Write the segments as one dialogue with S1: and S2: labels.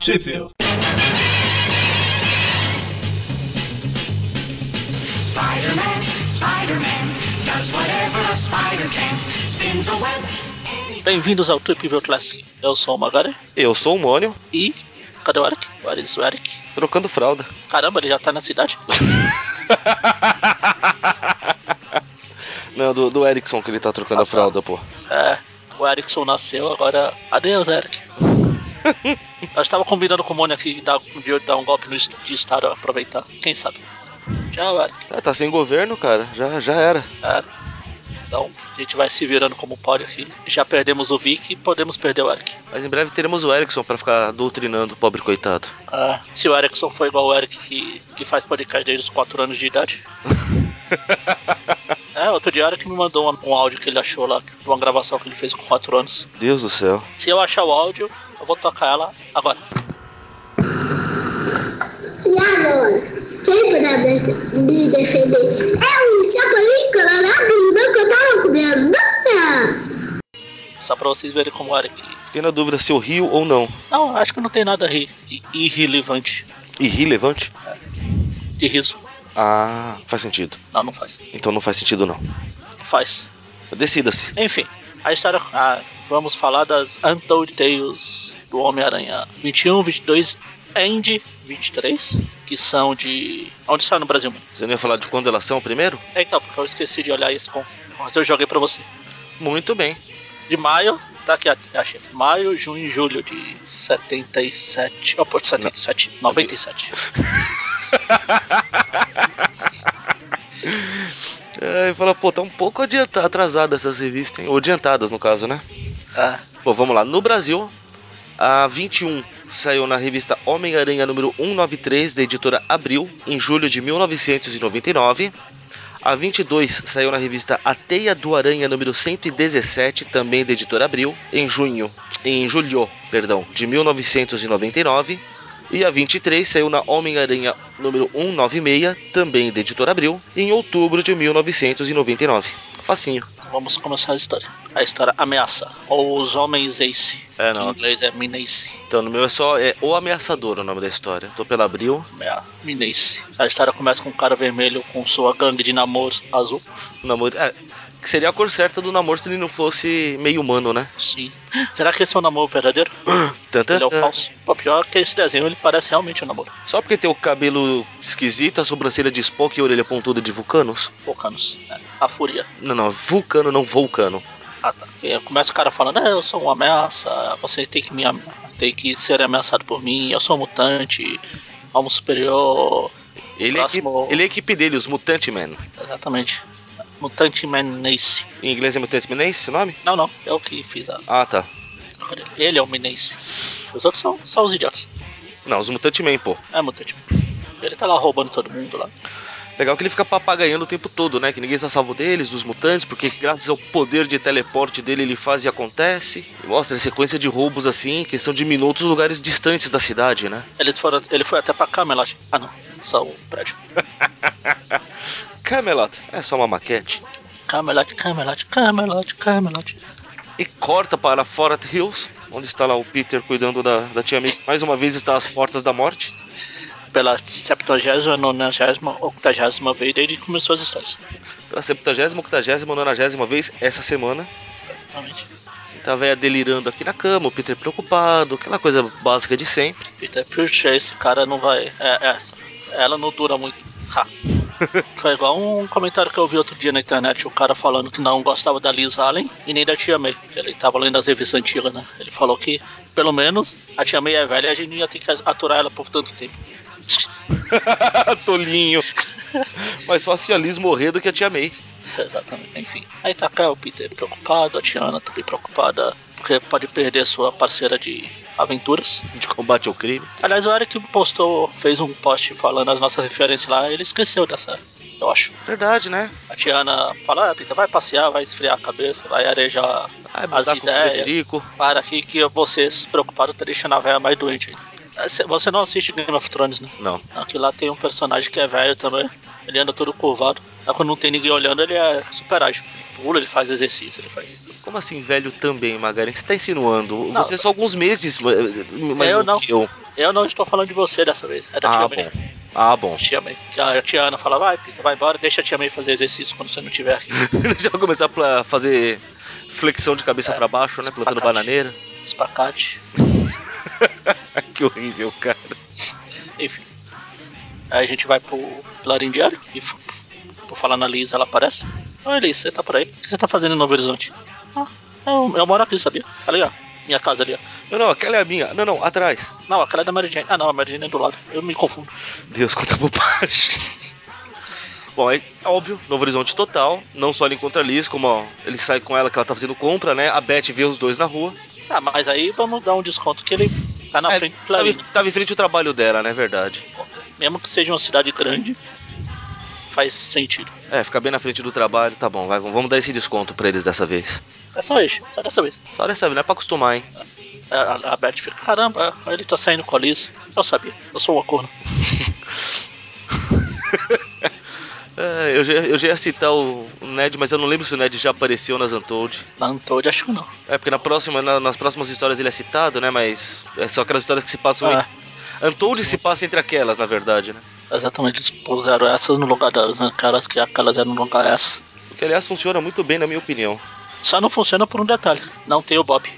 S1: Sheffield.
S2: Spider-Man, Spider-Man, does whatever a spider can, spins a web. and he's-
S3: Bem-vindos ao Trip View Classic. Eu sou o Magari.
S4: Eu sou o Mônio,
S3: E. Cadê o Eric? Where is o Eric?
S4: trocando fralda.
S3: Caramba, ele já tá na cidade?
S4: Não, é do, do Erickson que ele tá trocando a fralda, pô.
S3: É, o Erickson nasceu, agora. Adeus, Eric. Nós estava combinando com o Mônio aqui dar, de dar um golpe no est- de Estado, aproveitar. Quem sabe? Tchau, Eric.
S4: Ah, tá sem governo, cara. Já, já era.
S3: É. Então, a gente vai se virando como pode aqui. Já perdemos o Vic e podemos perder o Eric.
S4: Mas em breve teremos o Erickson pra ficar doutrinando o pobre coitado.
S3: Ah, se o Erickson foi igual o Eric que, que faz podcast desde os 4 anos de idade. é, outro dia o Eric me mandou um, um áudio que ele achou lá, de uma gravação que ele fez com 4 anos.
S4: Deus do céu.
S3: Se eu achar o áudio, eu vou tocar ela agora.
S5: Ladrão, quem poderá de- me defender? É um chapalim colorado no banco que eu tava com minhas doças.
S3: Só pra vocês verem como o Eric.
S4: Fiquei na dúvida se eu rio ou não.
S3: Não, acho que não tem nada ri, i- irrelevante
S4: Irrelevante?
S3: de riso.
S4: Ah, faz sentido.
S3: Não, não faz.
S4: Então não faz sentido, não.
S3: Faz.
S4: Decida-se.
S3: Enfim, a história. ah, vamos falar das Untold Tales do Homem-Aranha 21, 22, and 23, que são de. Onde saiu no Brasil? mano?
S4: Você não ia falar de condelação primeiro?
S3: É, então, porque eu esqueci de olhar esse ponto. Mas eu joguei pra você.
S4: Muito bem.
S3: De maio, tá aqui, achei. Maio, junho e julho de 77. Oh, pô, 77, 97.
S4: É, e fala, pô, tá um pouco adianta- atrasada essas revistas, hein? Ou adiantadas, no caso, né?
S3: Ah,
S4: Bom, vamos lá. No Brasil, a 21 saiu na revista Homem-Aranha número 193, da editora Abril, em julho de 1999. A 22 saiu na revista A Teia do Aranha número 117, também da editora Abril, em junho, em julho, perdão, de 1999. E a 23 saiu na Homem-Aranha número 196, também da editora Abril, em outubro de 1999. Facinho.
S3: vamos começar a história. A história ameaça. Ou os homens Ace.
S4: É,
S3: que
S4: não.
S3: Em inglês é Minace.
S4: Então, no meu é só é O Ameaçador o nome da história. Tô pela Abril.
S3: É, Minace. A história começa com um cara vermelho com sua gangue de namoros azul.
S4: Namor... É, que seria a cor certa do namoro se ele não fosse meio humano, né?
S3: Sim. Será que esse é um namoro verdadeiro?
S4: Tan, tan,
S3: Ele é o
S4: tan.
S3: falso. Pô, pior que esse desenho, ele parece realmente um namoro.
S4: Só porque tem o cabelo esquisito, a sobrancelha de Spock e a orelha pontuda de Vulcanos?
S3: Vulcanos. né? A fúria.
S4: Não, não, Vulcano, não Vulcano.
S3: Ah, tá. E Começa o cara falando, "Ah, eu sou uma ameaça, você tem que me am- tem que ser ameaçado por mim, eu sou um mutante, alma superior.
S4: Ele é, equipe,
S3: Próximo.
S4: ele é a equipe dele, os Mutante Man.
S3: Exatamente. Mutante Menace.
S4: Em inglês é Mutante Man, é esse o nome?
S3: Não, não, é o que fiz a
S4: Ah, tá.
S3: a dele. Ele é o Menace. Os outros são só os idiotas.
S4: Não, os Mutante Man, pô.
S3: É mutante. Ele tá lá roubando todo mundo lá.
S4: Legal que ele fica papagaiando o tempo todo, né? Que ninguém está salvo deles, dos mutantes, porque graças ao poder de teleporte dele ele faz e acontece. E mostra a sequência de roubos assim, que são de minutos lugares distantes da cidade, né?
S3: Eles foram, ele foi até pra Camelot. Ah, não, só o prédio.
S4: Camelot é só uma maquete.
S3: Camelot, Camelot, Camelot, Camelot.
S4: E corta para Forest Hills, onde está lá o Peter cuidando da, da tia May. Mais uma vez está às portas da morte.
S3: Pela 70, 90, 80 vez desde que começou as histórias.
S4: Pela 70, 80, 90 vez essa semana.
S3: Exatamente.
S4: Tá a véia delirando aqui na cama, o Peter preocupado, aquela coisa básica de sempre.
S3: Peter Pilcher, esse cara não vai. É, é, ela não dura muito. Ha. Foi igual um comentário que eu vi outro dia na internet, o cara falando que não gostava da Liz Allen e nem da Tia May. Ele tava lendo as revistas antigas, né? Ele falou que, pelo menos, a Tia May é velha e a gente não ia ter que aturar ela por tanto tempo.
S4: Tolinho. Mas só se a Liz morrer do que a tia May.
S3: Exatamente, enfim. Aí tá cá o Peter preocupado, a Tiana também preocupada, porque pode perder sua parceira de aventuras.
S4: de combate ao crime.
S3: Aliás, o Eric postou, fez um post falando as nossas referências lá, ele esqueceu dessa, eu acho.
S4: Verdade, né?
S3: A Tiana fala, ah, Peter, vai passear, vai esfriar a cabeça, vai arejar.
S4: Ai,
S3: As
S4: mudar com o
S3: ideias.
S4: Frederico.
S3: Para aqui que você se preocupado tá deixando a velha mais doente. Ah, cê- Você não assiste Game of Thrones, né?
S4: Não.
S3: Aqui lá tem um personagem que é velho também. Ele anda todo curvado. Aí quando não tem ninguém olhando, ele é super ágil. pula, ele faz exercício, ele faz.
S4: Como assim, velho também, Magaren? Você tá insinuando?
S3: Não.
S4: Você é só alguns meses ma- mais
S3: Eu
S4: novo
S3: não.
S4: que eu.
S3: Eu não estou falando de você dessa vez, é da
S4: Ah,
S3: tia May.
S4: bom. Ah, bom.
S3: Tia May. Que A tia Ana fala, vai, Pita, vai embora, deixa a tia May fazer exercício quando você não estiver aqui.
S4: Já vou começar a fazer flexão de cabeça
S3: É,
S4: pra baixo, né? Plantando
S3: espacate.
S4: bananeira.
S3: Espacate.
S4: que horrível, cara.
S3: Enfim. Aí a gente vai pro Larim Diário e f- por falar na Liz, ela aparece. Oi Liz, você tá por aí? O que você tá fazendo em Novo Horizonte? Ah, eu, eu moro aqui, sabia? Ali, ó. Minha casa ali, ó.
S4: Não, não, aquela é a minha. Não, não, atrás.
S3: Não, aquela é da Mary Jane. Ah não, a Mary Jane é do lado. Eu me confundo.
S4: Deus, quanta bobagem. Bom, é óbvio, Novo Horizonte total. Não só ele encontra a Liz, como ó, ele sai com ela que ela tá fazendo compra, né? A Beth vê os dois na rua.
S3: Ah, mas aí vamos dar um desconto que ele tá na
S4: É,
S3: frente do
S4: Tava,
S3: Larim.
S4: em- tava em frente o trabalho dela, né? Verdade.
S3: Mesmo que seja uma cidade grande, faz sentido.
S4: É, fica bem na frente do trabalho, tá bom, vai, vamos dar esse desconto pra eles dessa vez.
S3: É só isso, só dessa vez.
S4: Só dessa vez, não é pra acostumar, hein?
S3: É, A, a Beth fica, caramba, ele tá saindo com a Liz. Eu sabia, eu sou uma corno.
S4: É, eu, já, eu já ia citar o o Ned, mas eu não lembro se o Ned já apareceu nas Untold.
S3: Não tô de achando não.
S4: É, porque na próxima, na- nas próximas histórias ele é citado, né? Mas é, são aquelas histórias que se passam.
S3: Ah.
S4: em- Untold se passa entre aquelas, na verdade, né?
S3: Exatamente, eles puseram essas no lugar das aquelas que aquelas eram no lugar dessas.
S4: O que, aliás, funciona muito bem, na minha opinião.
S3: Só não funciona por um detalhe, não tem o Bob.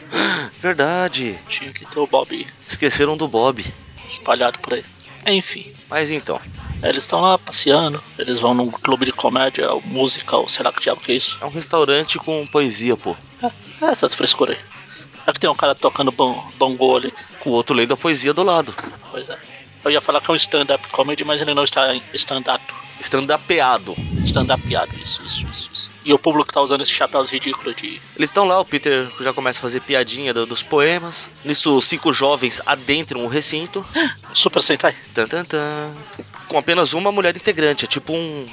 S4: Verdade,
S3: Tinha que ter o Bob
S4: esqueceram do Bob.
S3: espalhado por aí. Enfim,
S4: Mas então,
S3: eles estão lá passeando, eles vão num clube de comédia, ou música, ou sei lá que diabo que é isso.
S4: é um restaurante com poesia, pô.
S3: É, essas frescuras aí. É que tem um cara tocando bon- bongo ali.
S4: Com o outro lendo a poesia do lado.
S3: Pois é. Eu ia falar que é um stand-up comedy, mas ele não está em stand-up.
S4: Estando apeado.
S3: Stand-upiado, isso, isso, isso, isso. E o público tá usando esses chapéus ridículos de.
S4: Eles estão lá, o Peter já começa a fazer piadinha do- dos poemas. Nisso, os cinco jovens adentram o recinto.
S3: Super Sentai.
S4: Tan, tan, tan. Com apenas uma mulher integrante, é tipo um.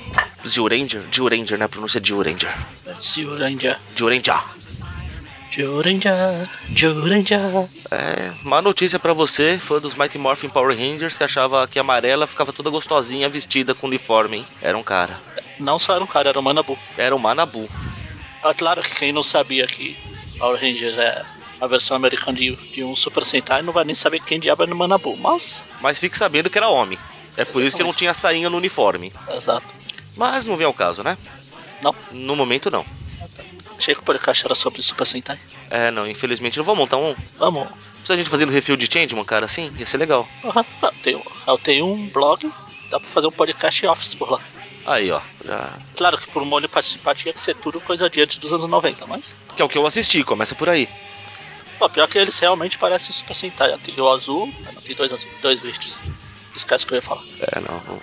S4: Ziuranger? Ziuranger, né? A pronúncia é Ziuranger.
S3: Juranja,
S4: Ziuranger.
S3: Juranja, Juranja.
S4: É, má notícia pra você, fã dos Mighty Morphin Power Rangers, que achava que a amarela ficava toda gostosinha vestida com uniforme, hein? Era um cara.
S3: Não só era um cara, era um manabu.
S4: Era o Manabu.
S3: É claro que quem não sabia que Power Rangers é a versão americana de, de um Super Sentai não vai nem saber quem diabo é no manabu, mas...
S4: Mas fique sabendo que era homem. É por isso que não tinha sainha no uniforme.
S3: Exato.
S4: Mas não vem ao caso, né?
S3: Não.
S4: No momento, não.
S3: Achei que o podcast era sobre Super Sentai.
S4: É, não, infelizmente não vou montar um.
S3: Vamos.
S4: Se a gente fazendo refil de Changeman, cara, assim, ia ser legal.
S3: Aham. Ah, tem- Eu tenho um blog, dá pra fazer um podcast em office por lá.
S4: Aí, ó. já-
S3: Claro que por um monte de participar tinha que ser tudo coisa de antes dos anos 90, mas...
S4: Que é o que eu assisti, começa por aí.
S3: Pô, pior que eles realmente parecem Super Sentai. né? Tem o azul, não, tem dois azul, dois verdes. Esquece o que eu ia falar.
S4: É, não. não-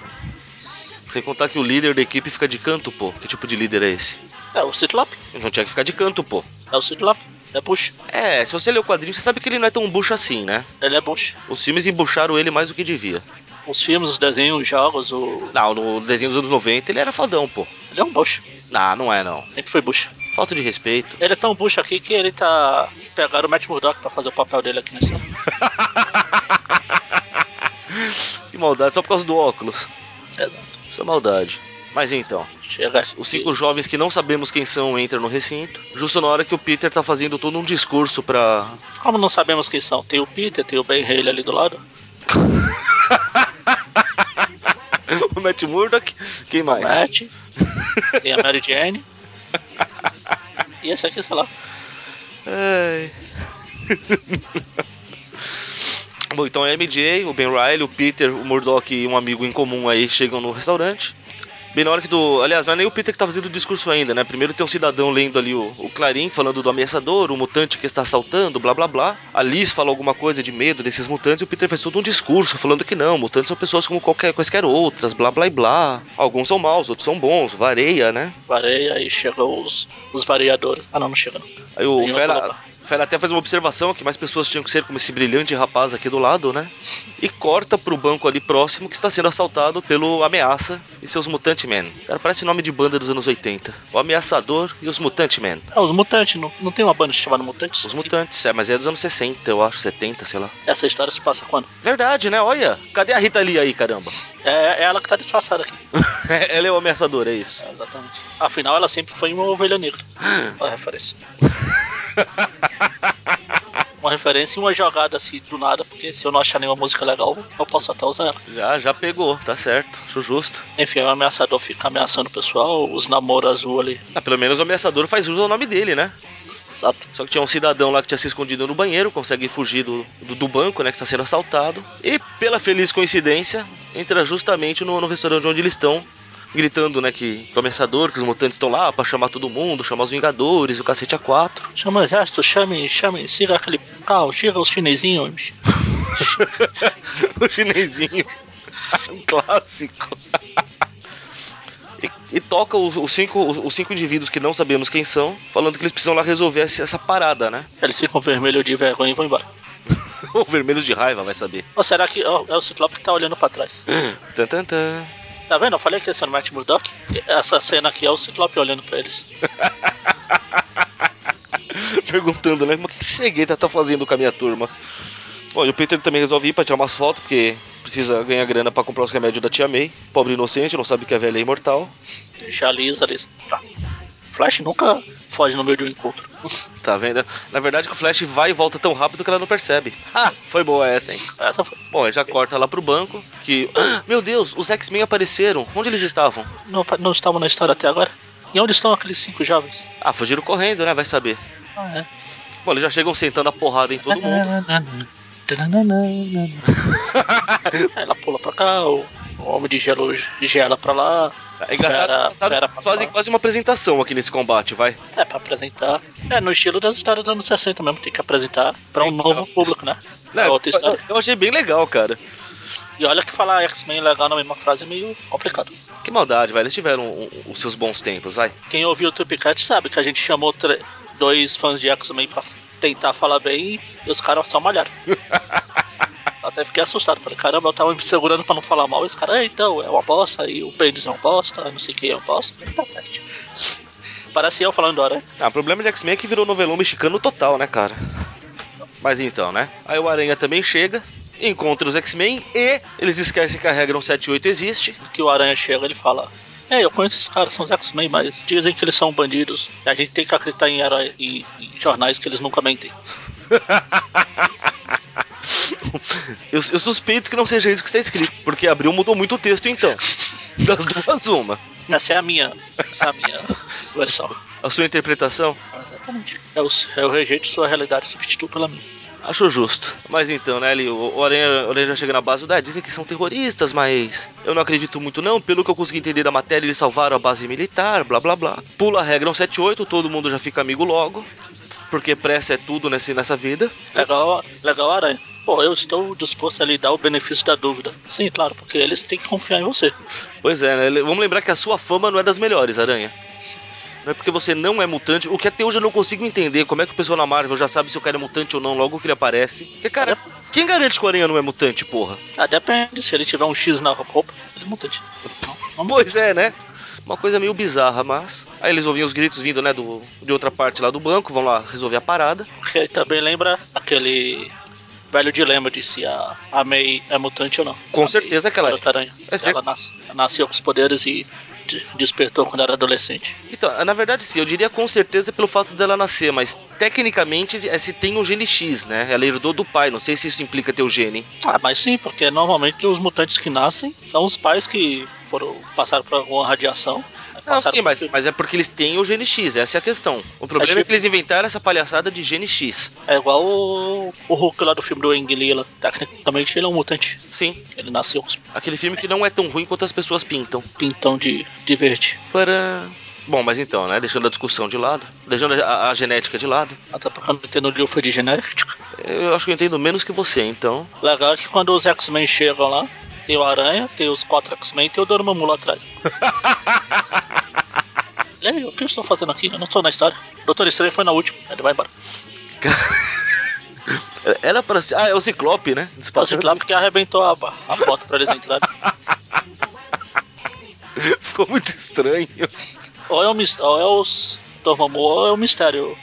S4: Sem contar que o líder da equipe fica de canto, pô. Que tipo de líder é esse?
S3: É o Citlop,
S4: Não tinha que ficar de canto, pô.
S3: é o Citlop, é Bush,
S4: É, se você ler o quadrinho, você sabe que ele não é tão bucha assim, né?
S3: ele é Bush.
S4: Os filmes embucharam ele mais do que devia.
S3: Os filmes, os desenhos, os jogos, o.
S4: Não, no desenho dos anos 90 ele era fodão, pô.
S3: Ele é um bucha.
S4: Não, não é não.
S3: Sempre foi bucha.
S4: Falta de respeito.
S3: Ele é tão bucha aqui que ele tá. Pegaram o Matt Murdock pra fazer o papel dele aqui nessa.
S4: Que maldade, só por causa do óculos.
S3: Exato.
S4: Isso é maldade. Mas então,
S3: Chega.
S4: os cinco jovens que não sabemos quem são entram no recinto, justo na hora que o Peter tá fazendo todo um discurso pra.
S3: Como não sabemos quem são? Tem o Peter, tem o Ben Haley ali do lado.
S4: o Matt Murdock. Quem
S3: O
S4: mais?
S3: Matt. tem a Mary Jane. E esse aqui, sei lá.
S4: Ai. Bom, então a MJ, o Ben Riley, o Peter, o Murdoch e um amigo em comum aí chegam no restaurante. Bem na hora que do. Aliás, não é nem o Peter que tá fazendo o discurso ainda, né? Primeiro tem um cidadão lendo ali o, o Clarim, falando do ameaçador, o mutante que está assaltando, blá blá blá. A Liz fala alguma coisa de medo desses mutantes e o Peter faz todo um discurso falando que não, mutantes são pessoas como qualquer, quaisquer outras, blá blá e blá. Alguns são maus, outros são bons, vareia, né?
S3: Vareia, aí chegam os, os variadores. Ah, não, não chega não.
S4: Aí o
S3: Aí eu
S4: Fera.
S3: coloco.
S4: Fela até faz uma observação que mais pessoas tinham que ser como esse brilhante rapaz aqui do lado, né? E corta pro banco ali próximo que está sendo assaltado pelo Ameaça e seus Mutante Men. Cara, parece nome de banda dos anos 80. O Ameaçador e os Mutante Men.
S3: Ah, os Mutantes, não, não tem uma banda chamada Mutantes?
S4: Os Mutantes, é, mas é dos anos 60, eu acho, 70, sei lá.
S3: Essa história se passa quando?
S4: Verdade, né? Olha, cadê a Rita Lee aí, caramba?
S3: É, é ela que tá disfarçada aqui.
S4: Ela é o ameaçador, é isso.
S3: É, exatamente. Ah. Afinal, ela sempre foi uma ovelha negra. Olha a referência. Uma referência e uma jogada assim do nada, porque se eu não achar nenhuma música legal, eu posso até usar ela.
S4: Já, já pegou, tá certo. Acho justo.
S3: Enfim, o ameaçador fica ameaçando o pessoal, os namoros azul ali.
S4: Ah, pelo menos o ameaçador faz uso do nome dele, né?
S3: Exato.
S4: Só que tinha um cidadão lá que tinha se escondido no banheiro, consegue fugir do, do, do banco, né? Que está sendo assaltado. E, pela feliz coincidência, entra justamente no, no restaurante onde eles estão, gritando, né, que o ameaçador, que os mutantes estão lá pra chamar todo mundo, chamar os Vingadores, o cacete a quatro.
S3: Chama o exército, chame, chame, siga aquele carro, chega os chinesinhos.
S4: o chinesinho. um clássico. E, e toca os, os cinco, os, os cinco indivíduos que não sabemos quem são, falando que eles precisam lá resolver essa, essa parada, né?
S3: Eles ficam vermelho de vergonha e vão embora.
S4: Ou vermelho de raiva, vai saber.
S3: Ou será que ó, é o Ciclope que tá olhando pra trás?
S4: Tan, tan, tan.
S3: Tá vendo? Eu falei que esse é o Matt Murdock. Essa cena aqui é o Ciclope olhando pra eles.
S4: Perguntando, né? Mas o que esse cegueta tá fazendo com a minha turma? Bom, e o Peter também resolve ir pra tirar umas fotos, porque precisa ganhar grana pra comprar os remédios da tia May. Pobre inocente, não sabe que a velha é imortal.
S3: Deixa a Lisa ali. Tá. Flash nunca foge no meio de um encontro.
S4: Tá vendo? Na verdade, que o Flash vai e volta tão rápido que ela não percebe. Ah, foi boa essa, hein?
S3: Essa foi.
S4: Bom, ele já corta lá pro banco que. Ah, meu Deus, os X-Men apareceram. Onde eles estavam?
S3: Não, pa- não estavam na história até agora? E onde estão aqueles cinco jovens?
S4: Ah, fugiram correndo, né? Vai saber.
S3: Ah, é.
S4: Bom, eles já chegam sentando a porrada em todo mundo.
S3: Ela pula pra cá, o, o homem de gelo gela pra lá.
S4: É engraçado,
S3: Fera-
S4: engraçado
S3: fera
S4: eles fazem
S3: pra
S4: quase uma apresentação aqui nesse combate, vai.
S3: É, pra apresentar. É, no estilo das histórias dos anos 60 mesmo, tem que apresentar pra um novo público, né? É outra história.
S4: eu achei bem legal, cara.
S3: E olha que falar X-Men legal na mesma frase é meio complicado.
S4: Que maldade, velho. Eles tiveram um- um- os seus bons tempos, vai.
S3: Quem ouviu o Tupicat sabe que a gente chamou tre- dois fãs de X-Men pra tentar falar bem e os caras só malharam. Até fiquei assustado, falei, caramba, eu tava me segurando pra não falar mal. E os caras, "É, então, é uma bosta, e o Bendis é um bosta, não sei quem é um bosta. Eita, peste. Parece eu falando né, hora.
S4: Ah, o problema de X-Men é que virou novelão mexicano total, né, cara? Mas então, né? Aí o Aranha também chega, encontra os X-Men e eles esquecem que a regra 178 existe.
S3: que o Aranha chega ele fala: É, eu conheço esses caras, são os X-Men, mas dizem que eles são bandidos. E a gente tem que acreditar em, herói- em- em jornais que eles nunca mentem.
S4: Eu, eu suspeito que não seja isso que está escrito, porque abriu mudou muito o texto então. Das duas, uma.
S3: Essa é a minha, essa é a minha versão.
S4: A sua interpretação?
S3: Exatamente. Eu, eu rejeito sua realidade e substituo pela minha.
S4: Acho justo. Mas então, né, ele, o, o Aranha, o Aranha já chega na base da. Dizem que são terroristas, mas. Eu não acredito muito, não. Pelo que eu consegui entender da matéria, eles salvaram a base militar, blá blá blá. Pula a regra 178, todo mundo já fica amigo logo. Porque pressa é tudo nesse, nessa vida.
S3: Legal, legal, Aranha. Pô, eu estou disposto a lhe dar o benefício da dúvida. Sim, claro, porque eles têm que confiar em você.
S4: Pois é, né? ele- Vamos lembrar que a sua fama não é das melhores, Aranha. Não é porque você não é mutante, o que até hoje eu não consigo entender. Como é que o pessoal na Marvel já sabe se o cara é mutante ou não logo que ele aparece? Porque, cara, quem garante que o Aranha não é mutante, porra?
S3: Ah, depende, se ele tiver um X na roupa, ele é mutante. Não, não
S4: Pois é, né? Uma coisa meio bizarra, mas. Aí eles ouviam os gritos vindo, né, do, de outra parte lá do banco, vão lá resolver a parada.
S3: Porque ele também lembra aquele velho dilema de se a, a May é mutante ou não.
S4: Com
S3: A May,
S4: certeza que ela é.
S3: garota aranha.
S4: É certo.
S3: Ela nas- nasceu com os poderes e de- despertou quando era adolescente.
S4: Então, na verdade, sim, eu diria com certeza pelo fato dela nascer, mas tecnicamente é se tem o gene X, né? Ela herdou do pai, não sei se isso implica ter o gene.
S3: Ah, mas sim, porque normalmente os mutantes que nascem são os pais que foram passaram por alguma radiação.
S4: Não,
S3: passaram
S4: sim,
S3: por-
S4: mas, mas é porque eles têm o gene X, essa é a questão. O problema é,
S3: tipo-
S4: que eles inventaram essa palhaçada de gene X.
S3: É igual o, o Hulk lá do filme do Enguilila. Tecnicamente ele é um mutante.
S4: Sim,
S3: Ele nasceu com os
S4: aquele filme que não é tão ruim quanto as pessoas pintam.
S3: pintão de, de verde.
S4: Para. Bom, mas então, né? Deixando a discussão de lado, deixando a- a genética de lado.
S3: Até porque eu não entendo tá o foi de genética.
S4: Eu acho que eu entendo menos que você, então.
S3: Legal é que quando os X-Men chegam lá, tem o Aranha, tem os quatro X-Men e tem o Dormammu lá atrás. Ei, o que eu estou fazendo aqui? Eu não estou na história. Doutor Estranho foi na última, ele vai embora.
S4: Cara, Era pra ser. Ah, é o Ciclope, né?
S3: É o Ciclope que arrebentou a, a porta pra eles entrarem.
S4: Ficou muito estranho.
S3: Ou é o, mis- ou é os Dormammu, ou é o Mistério.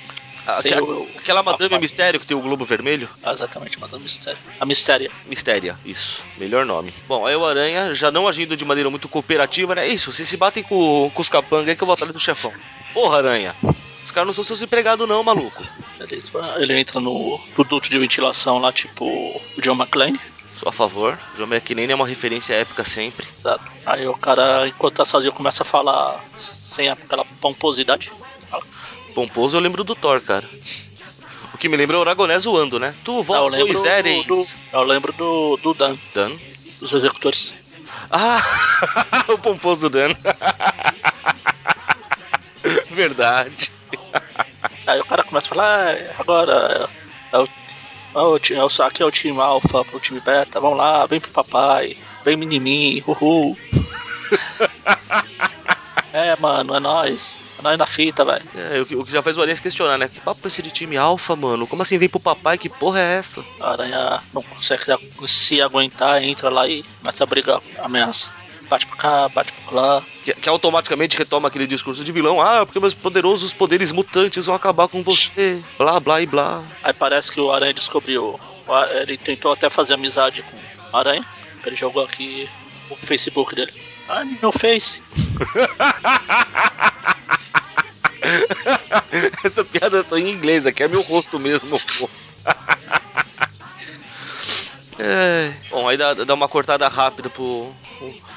S3: Sem
S4: Aquela,
S3: o-
S4: aquela Madame
S3: a-
S4: Mistério que tem o Globo Vermelho?
S3: Ah, Exatamente, Madame Mistério. A Mistéria.
S4: Mistéria, isso. Melhor nome. Bom, aí o Aranha, já não agindo de maneira muito cooperativa, né? Isso, vocês se batem com, com os capanga aí que eu vou atrás do chefão. Porra, Aranha. Os caras não são seus empregados, não, maluco.
S3: Ele, ele entra no produto de ventilação lá, tipo o John McClane.
S4: Sou a favor. John McClane é uma referência à época sempre.
S3: Exato. Aí o cara, enquanto tá sozinho, começa a falar sem aquela pomposidade. Fala,
S4: Pomposo eu lembro do Thor, cara. O que me lembra é o Aragonés zoando, né? Tu,
S3: "Ah, eu
S4: vós,
S3: lembro
S4: dois
S3: do,
S4: éreis.
S3: do, Eu lembro do, do Dan,
S4: Dan.
S3: dos executores.
S4: Ah, o pomposo Dan. Verdade.
S3: Aí o cara começa a falar, "Ah, agora é, é o, é o ti- é o- aqui é o time alfa, o time beta, vamos lá, vem pro papai, vem menininho, uhul. é, mano, é nóis. É nóis na fita, velho.
S4: É, o, que, o que já faz o Aranha se questionar, né? Que papo é esse de time alfa, mano? Como assim vem pro papai? Que porra é essa?
S3: A aranha não consegue se aguentar, entra lá e começa a brigar, ameaça. Bate pra cá, bate pra lá.
S4: Que, que automaticamente retoma aquele discurso de vilão. Ah, porque meus poderosos poderes mutantes vão acabar com você. Blá, blá e blá.
S3: Aí parece que o Aranha descobriu. o a- Ele tentou até fazer amizade com o Aranha. Ele jogou aqui o Facebook dele. Ah, meu Face.
S4: Essa piada é só em inglês, aqui é meu rosto mesmo. pô. É. Bom, aí dá, dá uma cortada rápida pro,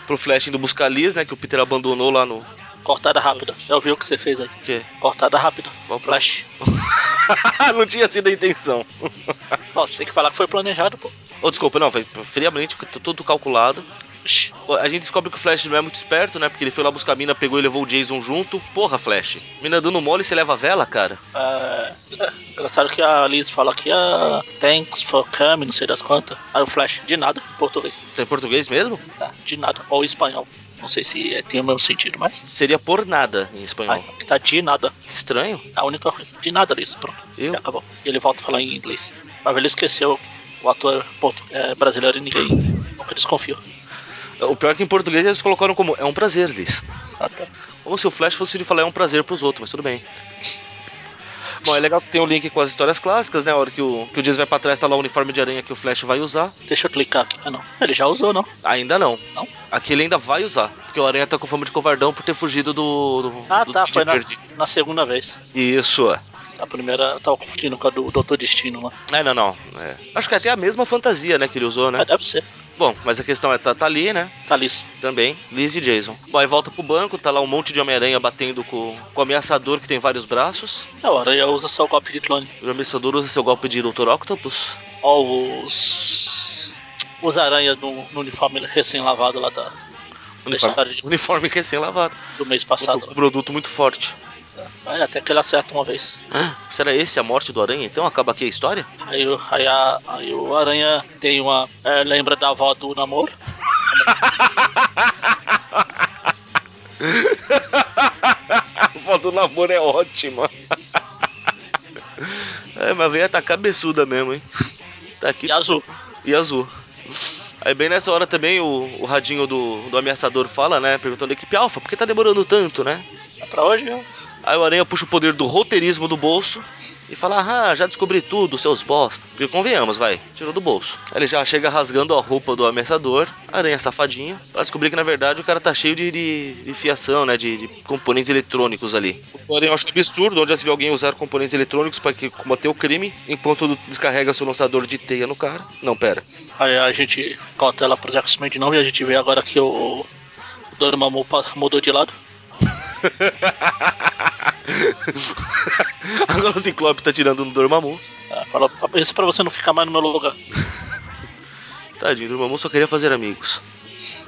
S4: pro Flash indo buscar a Liz, né? Que o Peter abandonou lá no. O
S3: Cortada rápida. Eu vi o que você fez aí.
S4: quê?
S3: Cortada rápida.
S4: Qual foi?
S3: Flash.
S4: Não tinha sido a intenção.
S3: Ó, você tem que falar que foi planejado, pô.
S4: Oh, desculpa, não, foi friamente, t- tudo calculado.
S3: Ixi,
S4: A gente descobre que o Flash não é muito esperto, né? Porque ele foi lá buscar a mina, pegou e levou o Jason junto. Porra, Flash. Mina dando mole, você leva a vela, cara?
S3: É, é, engraçado que a Liz fala aqui, ah, thanks for coming, não sei das quantas. Aí o Flash, de nada, em português.
S4: Tem é português mesmo?
S3: Tá, de nada. Ou espanhol. Não sei se é, tem o mesmo sentido, mas.
S4: Seria por nada em espanhol.
S3: Aí, que tá de nada.
S4: Que estranho.
S3: A única coisa. De nada, Liz. Pronto.
S4: Eu?
S3: Já acabou. E ele volta a falar em inglês. Mas ele esqueceu o ator portu- é, brasileiro e ninguém nunca desconfiou.
S4: O pior é que em português eles colocaram como é um prazer, Liz.
S3: Ah, tá.
S4: Como se o Flash fosse de falar é um prazer pros outros, mas tudo bem. Bom, é legal que tem um link com as histórias clássicas, né? A hora que o, que o Dias vai pra trás, tá lá o uniforme de aranha que o Flash vai usar.
S3: Deixa eu clicar aqui. Ah, não. Ele já usou, não.
S4: Ainda não.
S3: Não?
S4: Aqui ele ainda vai usar, porque o aranha tá com fama de covardão por ter fugido do. do
S3: Ah,
S4: do
S3: tá.
S4: Didi
S3: Foi na,
S4: Verde.
S3: na segunda vez.
S4: Isso. é.
S3: A primeira eu tava confundindo com a do Doutor Destino lá.
S4: É, não, não. É. Acho que até a mesma fantasia, né, que ele usou, né?
S3: Mas deve ser.
S4: Bom, mas a questão é, tá, tá ali, né?
S3: Tá, Liz.
S4: Também, Liz e Jason. Bom, aí volta pro banco, tá lá um monte de Homem-Aranha batendo com, com o ameaçador que tem vários braços.
S3: É, o Aranha usa só o golpe de clone.
S4: O ameaçador usa seu golpe de Dr. Octopus.
S3: Ó, os. Os aranhas no, no uniforme recém-lavado lá da,
S4: Uniforme, uniforme recém-lavado.
S3: do mês
S4: Um,
S3: passado.
S4: produto muito forte.
S3: Aí até que ele acerta uma vez.
S4: Será esse a morte do Aranha? Então acaba aqui a história?
S3: Aí, o- aí, a, aí o Aranha tem uma. é, lembra da avó do namoro?
S4: A avó do namoro é ótima. é, mas veio tá cabeçuda mesmo, hein? Tá aqui
S3: E azul.
S4: e azul. Aí bem nessa hora também o, o radinho do, do ameaçador fala, né? Perguntando a equipe alfa, por que tá demorando tanto, né?
S3: É pra hoje? ó.
S4: Aí o Aranha puxa o poder do roteirismo do bolso e fala: Ah, já descobri tudo, seus bosta. Porque convenhamos, vai, tirou do bolso. Aí ele já chega rasgando a roupa do ameaçador, aranha safadinho, pra descobrir que na verdade o cara tá cheio de, de, de fiação, né? De, de componentes eletrônicos ali. O Aranha acha absurdo, onde já se vê alguém usar componentes eletrônicos pra que- combater o crime, enquanto descarrega seu lançador de teia no cara. Não, pera.
S3: Aí a gente corta ela pros X-Men de novo e a gente vê agora que o, o Dormammu pa- mudou de lado.
S4: Agora o Ciclope tá tirando no Dormammu.
S3: É, fala, isso é pra você não ficar mais no meu lugar.
S4: Tadinho, o Dormammu só queria fazer amigos.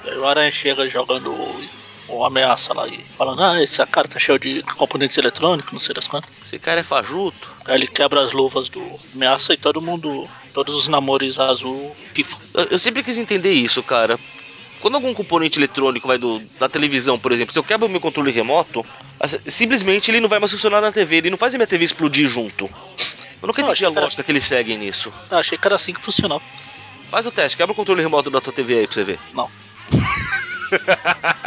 S3: Aí o Aranha chega jogando o, o ameaça lá e falando, ah, esse cara tá cheio de componentes eletrônicos, não sei das quantas.
S4: Esse cara é fajuto.
S3: Aí ele quebra as luvas do ameaça e todo mundo, todos os namores azul pifam.
S4: Eu, eu sempre quis entender isso, cara. Quando algum componente eletrônico vai do, da televisão, por exemplo, se eu quebro o meu controle remoto, assim, simplesmente ele não vai mais funcionar na TV, ele não faz a minha TV explodir junto. Eu nunca
S3: Não,
S4: entendi a
S3: acho que era-
S4: lógica que eles seguem nisso.
S3: Eu achei que era assim que funcionava.
S4: Faz o teste, quebra o controle remoto da tua TV aí pra você ver.
S3: Não.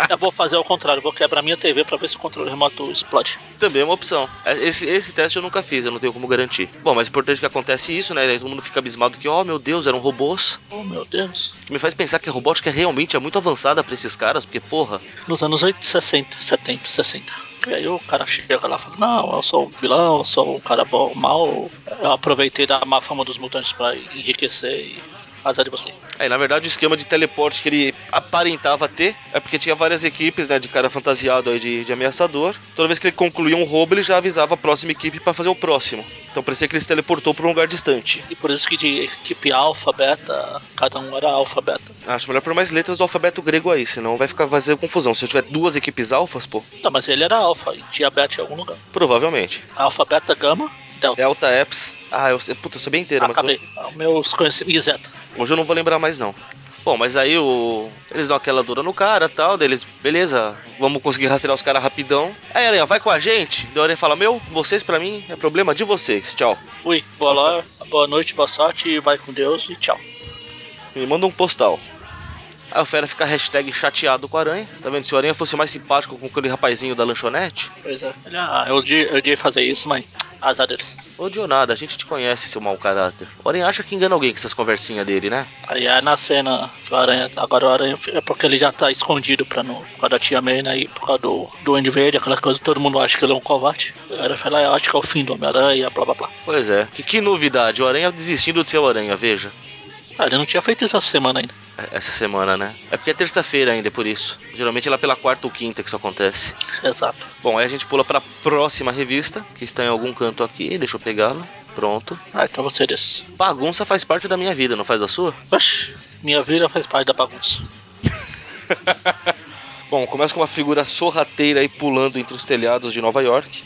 S3: eu vou fazer ao contrário, vou quebrar minha TV pra ver se o controle remoto explode.
S4: Também é uma opção. Esse, esse teste eu nunca fiz, eu não tenho como garantir. Bom, mas o importante é que acontece isso, né? Daí todo mundo fica abismado que, oh meu Deus, eram robôs.
S3: Oh meu Deus.
S4: O que me faz pensar que a robótica realmente é muito avançada pra esses caras, porque, porra,
S3: Nos anos 80, 60, 70, 60. E aí o cara chega lá e fala, não, eu sou um vilão, eu sou um cara bom, mal. Eu aproveitei da má fama dos mutantes pra enriquecer e azar de vocês.
S4: Aí, É, na verdade, o esquema de teleporte que ele aparentava ter é porque tinha várias equipes, né, de cara fantasiado aí de, de ameaçador. Toda vez que ele concluía um roubo, ele já avisava a próxima equipe pra fazer o próximo. Então parecia que ele se teleportou pra um lugar distante.
S3: E por isso que de equipe alfa, beta, cada um era alfa, beta.
S4: Acho melhor por mais letras do alfabeto grego aí, senão vai ficar fazer confusão. Se eu tiver duas equipes alfas, pô,
S3: Não, mas ele era alfa, e tinha beta em algum lugar.
S4: provavelmente.
S3: Alfa, beta, gama, delta.
S4: Delta Eps. Ah, eu sei, puta, eu sabia inteira, mas
S3: Acabei. Ah, Meus conhecimentos. E zeta.
S4: eu- hoje eu não vou lembrar mais não. Bom, mas aí o. Eles dão aquela dura no cara tal, deles, beleza, vamos conseguir rastrear os caras rapidão. Aí a Aranha, vai com a gente. Daí a Aranha fala, meu, vocês pra mim é problema de vocês. Tchau.
S3: Fui. Boa lá, boa noite, boa sorte, vai com Deus e tchau.
S4: Me manda um postal. Aí o Fera fica hashtag chateado com a Aranha. Tá vendo? Se o Aranha fosse mais simpático com aquele rapazinho da lanchonete,
S3: Pois é. Ele, ah, eu odiei, eu odiei fazer isso, mas azar deles.
S4: odiou nada, a gente te conhece, seu mau caráter. O Aranha acha que engana alguém com essas conversinhas dele, né?
S3: Aí é na cena que o Aranha. Agora o Aranha é porque ele já tá escondido pra não. Por causa da Tia May, né? E por causa do Duende Verde, aquela coisa, todo mundo acha que ele é um covarde. O Aranha fala, "Ah, eu acho que é o fim do Homem-Aranha, blá blá blá.
S4: Pois é. Que, que novidade, o Aranha desistindo de ser o Aranha, veja.
S3: Ah, ele não tinha feito isso essa semana ainda.
S4: É- Essa semana, né? É porque é terça-feira ainda, é por isso. Geralmente é lá pela quarta ou quinta que isso acontece.
S3: Exato.
S4: Bom, aí a gente pula pra próxima revista, que está em algum canto aqui. Deixa eu pegá-la. Pronto.
S3: Ah, então você disse.
S4: Bagunça faz parte da minha vida, não faz da sua?
S3: Oxi, minha vida faz parte da bagunça.
S4: Bom, começa com uma figura sorrateira aí pulando entre os telhados de Nova York.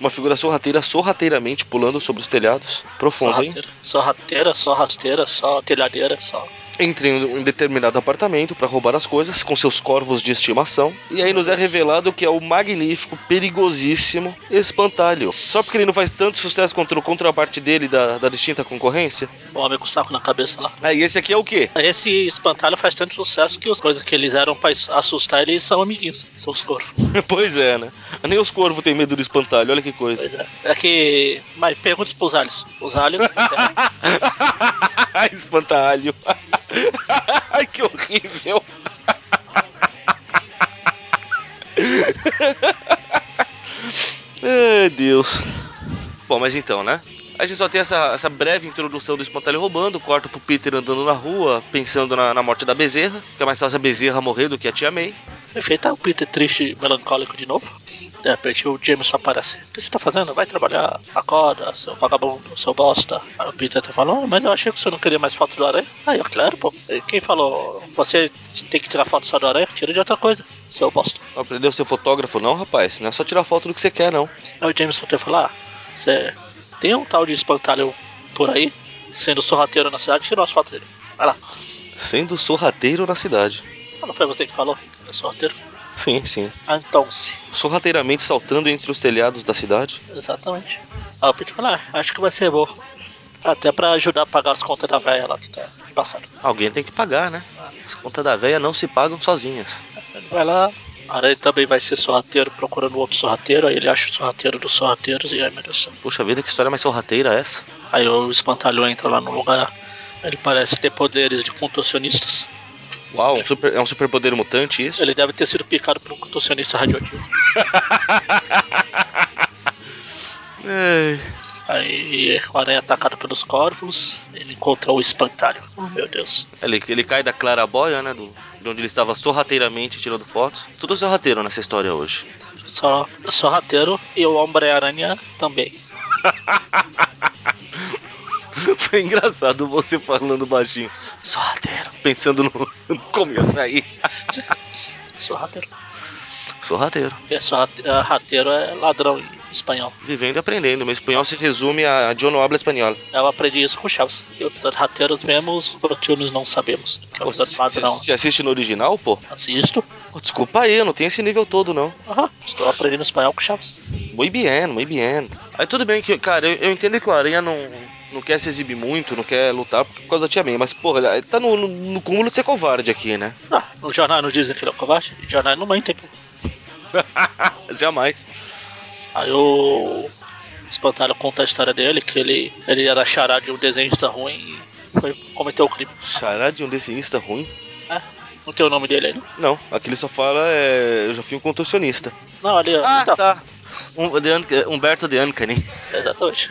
S4: Uma figura sorrateira sorrateiramente pulando sobre os telhados.
S3: Só
S4: Profundo, hein?
S3: rateira, só rateira, só rasteira, só telhadeira, só.
S4: Entra em um determinado apartamento para roubar as coisas com seus corvos de estimação. E aí nos é revelado que é o magnífico, perigosíssimo Espantalho. Só porque ele não faz tanto sucesso contra o contraparte dele da, da distinta concorrência.
S3: O homem com o saco na cabeça lá.
S4: Aí esse aqui é o quê?
S3: Esse espantalho faz tanto sucesso que as coisas que eles eram pra es- assustar, eles são amiguinhos, são os corvos.
S4: pois é, né? Nem os corvos têm medo do espantalho, olha que coisa.
S3: Pois é. É que. Mas pergunta pros alhos. Os alhos. é,
S4: Espantalho. Ai, que horrível. Ai, Deus. Bom, mas então, né? A gente só tem essa, essa breve introdução do espantalho roubando, corta pro Peter andando na rua, pensando na, na morte da Bezerra, que é mais fácil a Bezerra morrer do que a Tia May.
S3: Perfeito, tá o Peter triste e melancólico de novo. De repente o Jameson aparece. O que você tá fazendo? Vai trabalhar, acorda, seu vagabundo, seu bosta. Aí o Peter tá falando, "Ah, mas eu achei que você não queria mais foto do aranha. Aí eu, claro, pô. E Quem falou, você tem que tirar foto só do aranha? Tira de outra coisa, seu bosta.
S4: Não aprendeu a ser fotógrafo não, rapaz? Não é só tirar foto do que você quer, não.
S3: Aí o Jameson até falou, ah, você tem um tal de espantalho por aí, sendo sorrateiro na cidade, tira as fotos dele. Vai lá.
S4: Sendo sorrateiro na cidade.
S3: Ah, Não foi você que falou, é sorrateiro.
S4: Sim, sim.
S3: Ah, então sim.
S4: Sorrateiramente saltando entre os telhados da cidade.
S3: Exatamente. Aí o Peter fala, ah, acho que vai ser bom. Até pra ajudar a pagar as contas da velha lá que tá embaçada.
S4: Alguém tem que pagar, né? As contas da velha não se pagam sozinhas.
S3: Ele vai lá, a aranha também vai ser sorrateiro procurando um outro sorrateiro, aí ele acha o sorrateiro dos sorrateiros e aí meu Deus do céu.
S4: Puxa vida, que história mais sorrateira é essa?
S3: Aí o espantalho entra lá no lugar, ele parece ter poderes de contorcionistas.
S4: Uau, um super- é um superpoder mutante isso?
S3: Ele deve ter sido picado por um contorcionista radioativo.
S4: É.
S3: Aí o aranha é atacado pelos corvos, ele encontra o espantalho. Oh meu Deus.
S4: Ele, ele cai da clarabóia, né? Do, de onde ele estava sorrateiramente tirando fotos. Tudo sorrateiro nessa história hoje.
S3: Só sorrateiro e o Homem-Aranha também.
S4: Foi engraçado você falando baixinho. Sorrateiro. Pensando no, no começo aí.
S3: Sorrateiro.
S4: Sorrateiro.
S3: É só é, rateiro é ladrão em espanhol.
S4: Vivendo e aprendendo. Meu espanhol se resume a John Obla espanhol.
S3: Eu aprendi isso com o Chaves. Eu, portanto, rateiros vemos, brotilhos não sabemos. Que é o
S4: Você
S3: ladrão.
S4: você assiste no original, pô?
S3: Assisto.
S4: Pô, desculpa aí, eu não tenho esse nível todo, não.
S3: Aham, estou aprendendo espanhol com Chaves.
S4: Muy bien, muy bien. Aí tudo bem que, cara, eu, eu entendo que o Aranha não, não quer se exibir muito, não quer lutar por causa da Tia May, mas, porra, ele tá no, no, no cúmulo de ser covarde aqui, né?
S3: Ah, os jornais não dizem que ele é covarde? Os jornais não mentem. pô.
S4: Jamais.
S3: Aí o Espantalho conta a história dele, que ele, ele era chará de um desenhista ruim e foi cometeu o crime. É,
S4: Chará de um desenhista ruim?
S3: Não tem o nome dele aí, não?
S4: Não, aqui ele só fala é. Eu já fui um contorcionista.
S3: Não, ali...
S4: Ah,
S3: ali tá.
S4: tá. Um, de An- Humberto de Ancani.
S3: Exatamente.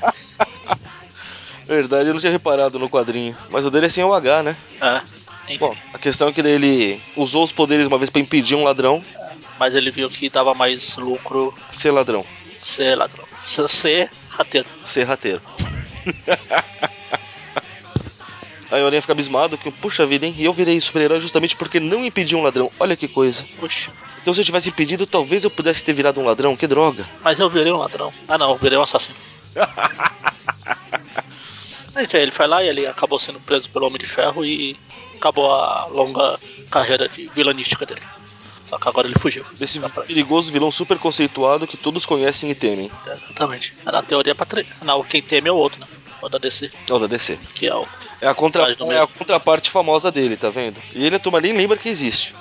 S4: Verdade, eu não tinha reparado no quadrinho. Mas o dele é sem o H, né?
S3: É. Enfim.
S4: Bom, a questão é que daí ele usou os poderes uma vez pra impedir um ladrão
S3: Mas ele viu que dava mais lucro
S4: ser ladrão,
S3: ser ladrão. Ser- Ser rateiro.
S4: ser rateiro. Aí o Aranha fica abismado que, puxa vida, hein? E eu virei super-herói justamente porque não impedi um ladrão. Olha que coisa.
S3: Puxa.
S4: Então se eu tivesse impedido, talvez eu pudesse ter virado um ladrão. Que droga.
S3: Mas eu virei um ladrão. Ah não, eu virei um assassino. Enfim, ele foi lá e ele acabou sendo preso pelo Homem de Ferro e acabou a longa carreira de vilanística dele. Só que agora ele fugiu.
S4: Desse
S3: Dá pra-
S4: perigoso vilão super conceituado que todos conhecem e temem.
S3: Exatamente. Era a teoria pra tre... Não, quem teme é o outro, né? O da DC,
S4: É o da DC.
S3: que é o.
S4: É a, contra...
S3: Mas também-
S4: é a contraparte famosa dele, tá vendo? E ele, a turma, nem lembra que existe.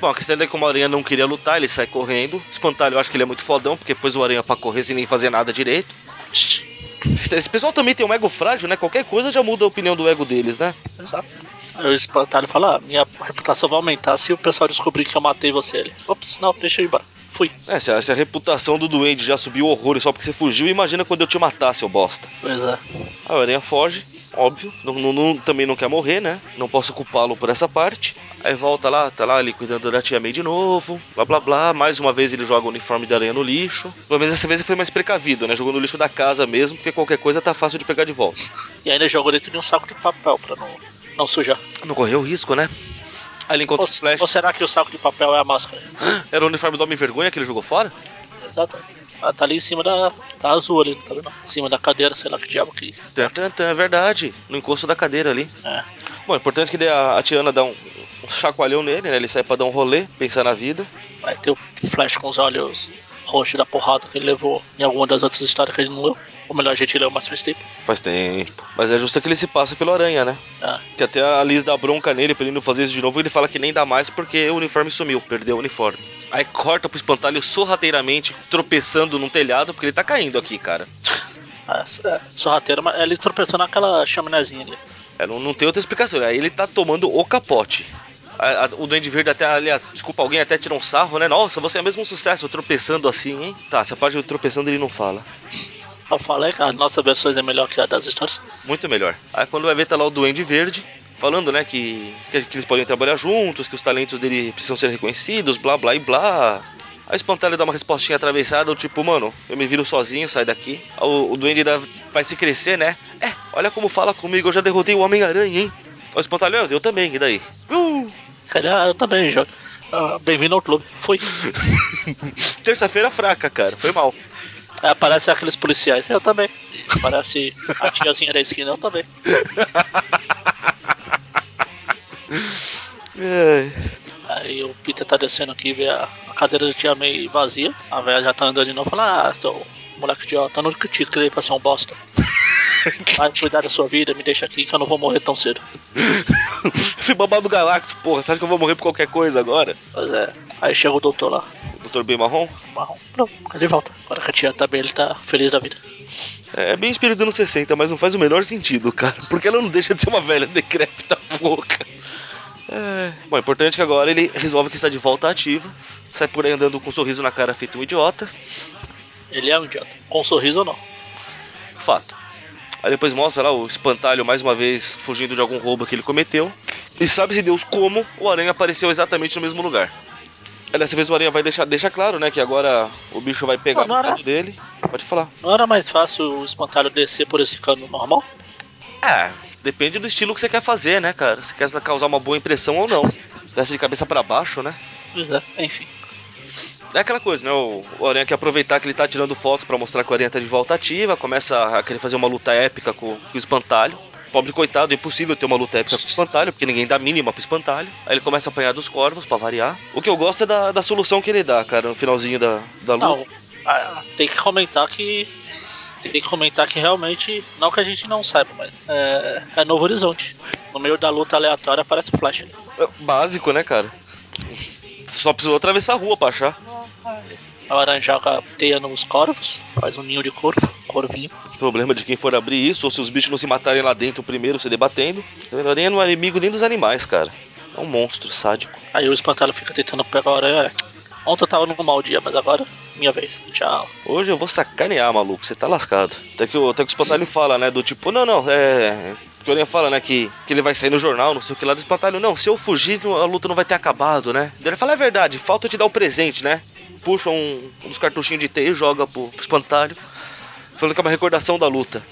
S4: Bom, a questão é que como o Aranha não queria lutar, ele sai correndo. O Espantalho acha que ele é muito fodão, porque pôs o Aranha pra correr sem nem fazer nada direito. Esse pessoal também tem um ego frágil, né? Qualquer coisa já muda a opinião do ego deles, né?
S3: Exato. Aí o espantalho fala: ah, minha reputação vai aumentar se o pessoal descobrir que eu matei você. Ele, ops, não, deixa eu ir embora. Fui.
S4: É, se a, se a reputação do Duende já subiu horrores só porque você fugiu, imagina quando eu te matar, seu bosta.
S3: Pois é.
S4: Aí o Aranha foge, óbvio. Não, não- não- também não quer morrer, né? Não posso culpá-lo por essa parte. Aí volta lá, tá lá ele cuidando da tia May de novo, blá blá blá. Mais uma vez ele joga o uniforme da aranha no lixo. Pelo menos dessa vez ele foi mais precavido, né? Jogou no lixo da casa mesmo, porque qualquer coisa tá fácil de pegar de volta.
S3: E ainda jogou dentro de um saco de papel pra não, não sujar.
S4: Não correu risco, né? Aí ele encontra
S3: Ou,
S4: o Flash.
S3: ou será que o saco de papel é a máscara?
S4: Era o uniforme do Homem Vergonha que ele jogou fora?
S3: Exato. Ela tá ali em cima da. Tá azul ali, tá vendo? Em cima da cadeira, sei lá que diabo que.
S4: Tan, tan, tan, é verdade. No encosto da cadeira ali.
S3: É.
S4: Bom, o importante é que daí a, a Tiana dá um, um chacoalhão nele, né? Ele sai pra dar um rolê, pensar na vida.
S3: Vai ter o Flash com os olhos roxos da porrada que ele levou em alguma das outras histórias que ele não leu. Ou melhor, a gente leu mais faz tempo.
S4: Faz tempo. Mas é justo que ele se passa pelo aranha, né?
S3: Ah,
S4: Que até a Liz dá bronca nele pra ele não fazer isso de novo. Ele fala que nem dá mais porque o uniforme sumiu, perdeu o uniforme. Aí corta pro espantalho sorrateiramente, tropeçando num telhado, porque ele tá caindo aqui, cara.
S3: ah, é, sorrateiro, mas ele tropeçou naquela chaminazinha ali.
S4: É, não, não tem outra explicação. Aí ele tá tomando o capote. A- a- o Duende Verde até, aliás, desculpa, alguém até tirou um sarro, né? Nossa, você é mesmo um sucesso tropeçando assim, hein? Tá, essa parte do tropeçando ele não fala.
S3: Eu falei que as nossas versões é melhor que a das histórias.
S4: Muito melhor. Aí quando vai ver, tá lá o Duende Verde, falando, né, que, que, que eles podem trabalhar juntos, que os talentos dele precisam ser reconhecidos, blá blá e blá. Aí o espantalho dá uma respostinha atravessada, do tipo, mano, eu me viro sozinho, sai daqui. Aí O, o Duende dá- vai se crescer, né? É, olha como fala comigo, eu já derrotei o Homem-Aranha, hein? Aí O espantalho, "É, eu, eu também, e daí? Uh,
S3: Ele, ah, eu também jogo. Ah, Bem-vindo ao clube. Fui.
S4: terça-feira fraca, cara, foi mal.
S3: Aí aparece aqueles policiais. Eu também. E Aparece a tiazinha da esquina. Eu também. Aí o Peter tá descendo aqui, vê a, a cadeira do Tia May vazia. A velha já tá andando de novo. Fala, ah, seu moleque idiota, eu nunca te criei pra ser um bosta. Vai cuidar da sua vida, me deixa aqui que eu não vou morrer tão cedo.
S4: Fui babado do Galactus, porra, você acha que eu vou morrer por qualquer coisa agora?
S3: Pois é. Aí chega o doutor lá,
S4: Doutor B. Marrom?
S3: marrom. Pronto, ele volta. Agora que a tia tá bem, ele tá feliz da vida.
S4: É bem espírito dos anos 60, mas não faz o menor sentido, cara. Porque ela não deixa de ser uma velha decrépita pouca. É... Bom, o importante é que agora ele resolve que está de volta ativa. Sai por aí andando com um sorriso na cara feito um idiota.
S3: Ele é um idiota. Com sorriso ou não.
S4: Fato. Aí depois mostra lá o espantalho mais uma vez fugindo de algum roubo que ele cometeu. E sabe-se Deus como o aranha apareceu exatamente no mesmo lugar. Aí dessa vez o aranha vai deixar, deixa claro, né, que agora o bicho vai pegar
S3: Pô, não
S4: no
S3: era-
S4: cano dele. Pode falar.
S3: Não era mais fácil o espantalho descer por esse cano normal?
S4: É, depende do estilo que você quer fazer, né, cara? Se quer causar uma boa impressão ou não. Desce de cabeça pra baixo, né?
S3: Pois é, enfim.
S4: É aquela coisa, né? O, o Aranha quer aproveitar que ele tá tirando fotos pra mostrar que o Aranha tá de volta ativa, começa a querer fazer uma luta épica com, com o espantalho. pobre coitado, é impossível ter uma luta épica com o espantalho, porque ninguém dá mínima pro espantalho. Aí ele começa a apanhar dos corvos pra variar. O que eu gosto é da, da solução que ele dá, cara, no finalzinho da, da luta.
S3: Não, ah, tem que comentar que. Tem que comentar que realmente, não que a gente não saiba, mas é, é Novo Horizonte. No meio da luta aleatória aparece o Flash.
S4: É Básico, né, cara? Só precisou atravessar a rua pra achar.
S3: A laranja teia nos corvos, faz um ninho de corvo, corvinho.
S4: Problema de quem for abrir isso, ou se os bichos não se matarem lá dentro primeiro, se debatendo. O aranha não é inimigo nem dos animais, cara. É um monstro sádico.
S3: Aí o espantalho fica tentando pegar a aranha. é, Ontem eu tava num mau dia, mas agora, minha vez. Tchau.
S4: Hoje eu vou sacanear, maluco, você tá lascado. Até que, o- até que o espantalho fala, né? Do tipo, não, não, é. Que o Aranha fala, né? Que, que ele vai sair no jornal, não sei o que lá do espantalho. Não, se eu fugir, não- a luta não vai ter acabado, né? Daí Ele fala, é verdade, falta eu te dar o presente, né? Puxa um, um dos cartuchinhos de T e joga pro, pro espantalho. Falando que é uma recordação da luta.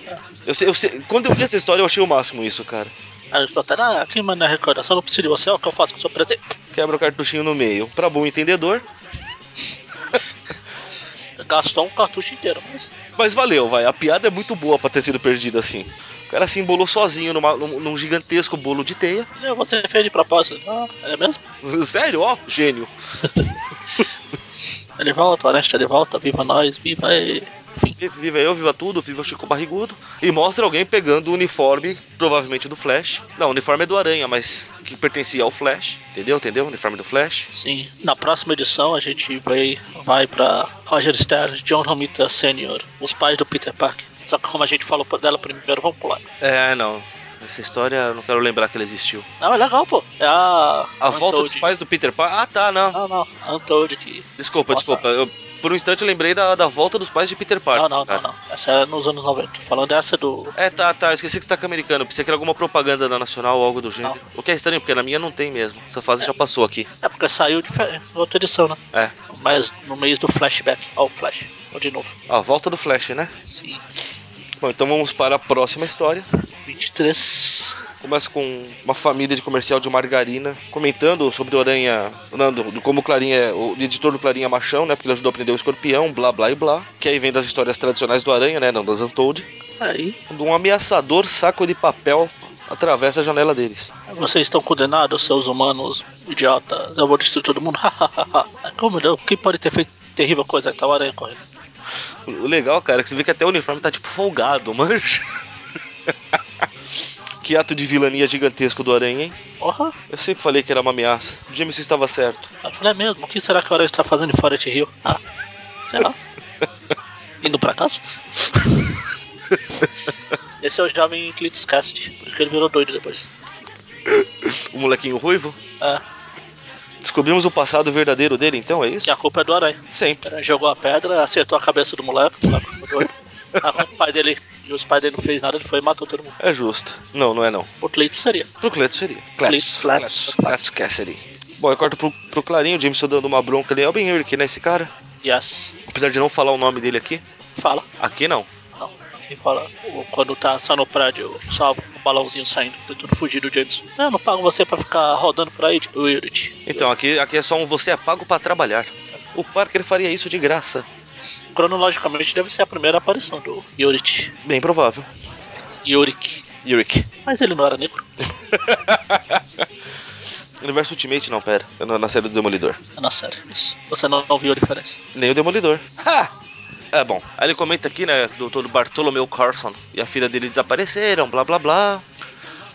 S4: Eu sei, eu sei- quando eu li essa história, eu achei o máximo isso, cara.
S3: Aí o espantalho, ah, aqui mano, é recordação, não preciso de você, olha o que eu faço com o seu presente.
S4: Quebra o cartuchinho no meio. Pra bom entendedor,
S3: Gastou um cartucho inteiro, mas.
S4: Mas valeu, vai. A piada é muito boa pra ter sido perdida assim. O cara se embolou sozinho numa- num, num gigantesco bolo de teia.
S3: "Não, Você fez de propósito. Ah, é mesmo?
S4: Sério, ó, gênio.
S3: Ele volta, o Oreste ele volta, viva nós, viva e. Enfim.
S4: Vi- Viva eu, viva tudo, viva o Chico Barrigudo. E mostra alguém pegando o uniforme, provavelmente do Flash. Não, o uniforme é do Aranha, mas que pertencia ao Flash. Entendeu? Entendeu? O uniforme do Flash.
S3: Sim, na próxima edição a gente vai, vai para Roger Stern, John Romita Sr., os pais do Peter Parker. Só que como a gente falou dela primeiro, vamos pular.
S4: É, não. Essa história eu não quero lembrar que ela existiu.
S3: Não, é legal, pô. É a.
S4: A volta dos
S3: Untold.
S4: pais do Peter Parker. Ah, tá, não.
S3: Não, não. a Untold que.
S4: Desculpa,
S3: Ah, Nossa.
S4: desculpa. Eu, por um instante eu lembrei da, da volta dos pais de Peter Parker.
S3: Não, não,
S4: cara.
S3: não, não. Essa é nos anos 90. Falando dessa do.
S4: É, tá, tá. eu Esqueci que você tá americano. Pensei que era alguma propaganda da Nacional ou algo do gênero. O que é estranho, porque na minha não tem mesmo. Essa fase já passou aqui.
S3: É porque saiu de fe- outra edição, né?
S4: É.
S3: Mas no mês do flashback. Ó, o Flash. Ó, de novo.
S4: Ó, volta do Flash, né?
S3: Sim.
S4: Bom, então vamos para a próxima história.
S3: 23.
S4: Começa com uma família de comercial de margarina comentando sobre o Aranha. Não, do, do como o Clarinha é. O editor do Clarinha é machão, né? Porque ele ajudou a prender o escorpião, blá blá e blá. Que aí vem das histórias tradicionais do Aranha, né? Não das Untold.
S3: Aí.
S4: Quando um ameaçador saco de papel atravessa a janela deles.
S3: Vocês estão condenados, seus humanos idiotas. Eu vou destruir todo mundo. Como não? Quem pode ter feito terrível coisa? Tá o aranha correndo.
S4: O legal, cara, é que você vê que até o uniforme tá tipo folgado, mancha. que ato de vilania gigantesco do Aranha, hein?
S3: Porra.
S4: Eu sempre falei que era uma ameaça. O Jameson estava certo.
S3: Eu falei, é mesmo? O que será que o aranha está fazendo fora de rio? Ah, sei lá. Indo pra casa? Esse é o jovem Clitus Cassidy, porque ele virou doido depois.
S4: O molequinho ruivo.
S3: É,
S4: Descobrimos o passado verdadeiro dele, então, é isso?
S3: e a culpa é do aranha. O
S4: Sempre.
S3: aranha jogou a pedra, acertou a cabeça do moleque, o moleque ficou doido. Aí quando o pai dele e os pais dele não fez nada, ele foi e matou todo mundo.
S4: É justo. Não, não é não.
S3: O Clitus seria.
S4: Pro Cleto seria.
S3: Cletus,
S4: Cletus.
S3: Cletus.
S4: Cletus Cassidy. Bom, eu corto pro, pro Clarinho, o Jameson dando uma bronca ali. É o Ben Urich, né, esse cara?
S3: Yes.
S4: Apesar de não falar o nome dele aqui.
S3: Fala.
S4: Aqui não.
S3: Não, quem fala, o- quando tá só no prédio, salva o balãozinho saindo, tá tentando fugir do James. Eu não pago você pra ficar rodando por aí, o Irit.
S4: Então, aqui, aqui é só um você é pago pra trabalhar. O Parker faria isso de graça.
S3: Cronologicamente deve ser a primeira aparição do Yurik.
S4: Bem provável.
S3: Yurik.
S4: Yurik.
S3: Mas ele não era negro.
S4: Universo Ultimate, não, pera. Na, na série do Demolidor.
S3: É na série, isso. Você não, não viu a diferença.
S4: Nem o Demolidor. Ha! É bom. Aí ele comenta aqui, né, que o doutor Bartolomeu Carson e a filha dele desapareceram, blá blá blá.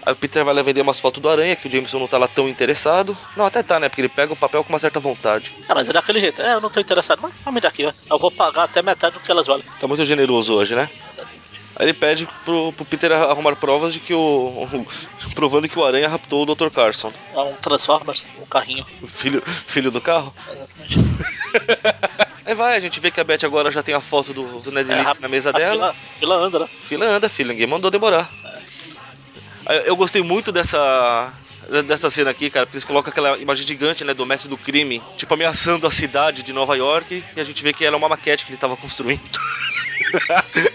S4: Aí o Peter vai lá vender umas fotos do Aranha, que o Jameson não tá lá tão interessado. Não, até tá, né? Porque ele pega o papel com uma certa vontade.
S3: Ah, mas é daquele jeito. É, eu não tô interessado, mas ah, me dá aqui, ó. Eu vou pagar até metade do que elas valem.
S4: Tá muito generoso hoje, né?
S3: Exatamente.
S4: Aí ele pede pro, pro Peter arrumar provas de que o. provando que o Aranha raptou o Dr. Carson.
S3: É um Transformers, um carrinho.
S4: O Filho, filho do carro?
S3: Exatamente.
S4: Aí vai, a gente vê que a Beth agora já tem a foto do, do Ned
S3: É,
S4: Leeds
S3: a-
S4: na mesa
S3: a
S4: dela.
S3: Fila, a fila anda, né?
S4: Fila anda, filha, ninguém mandou demorar. Aí Eu gostei muito dessa dessa cena aqui, cara, porque eles colocam aquela imagem gigante, né, do mestre do crime, tipo ameaçando a cidade de Nova York, e a gente vê que era uma maquete que ele tava construindo.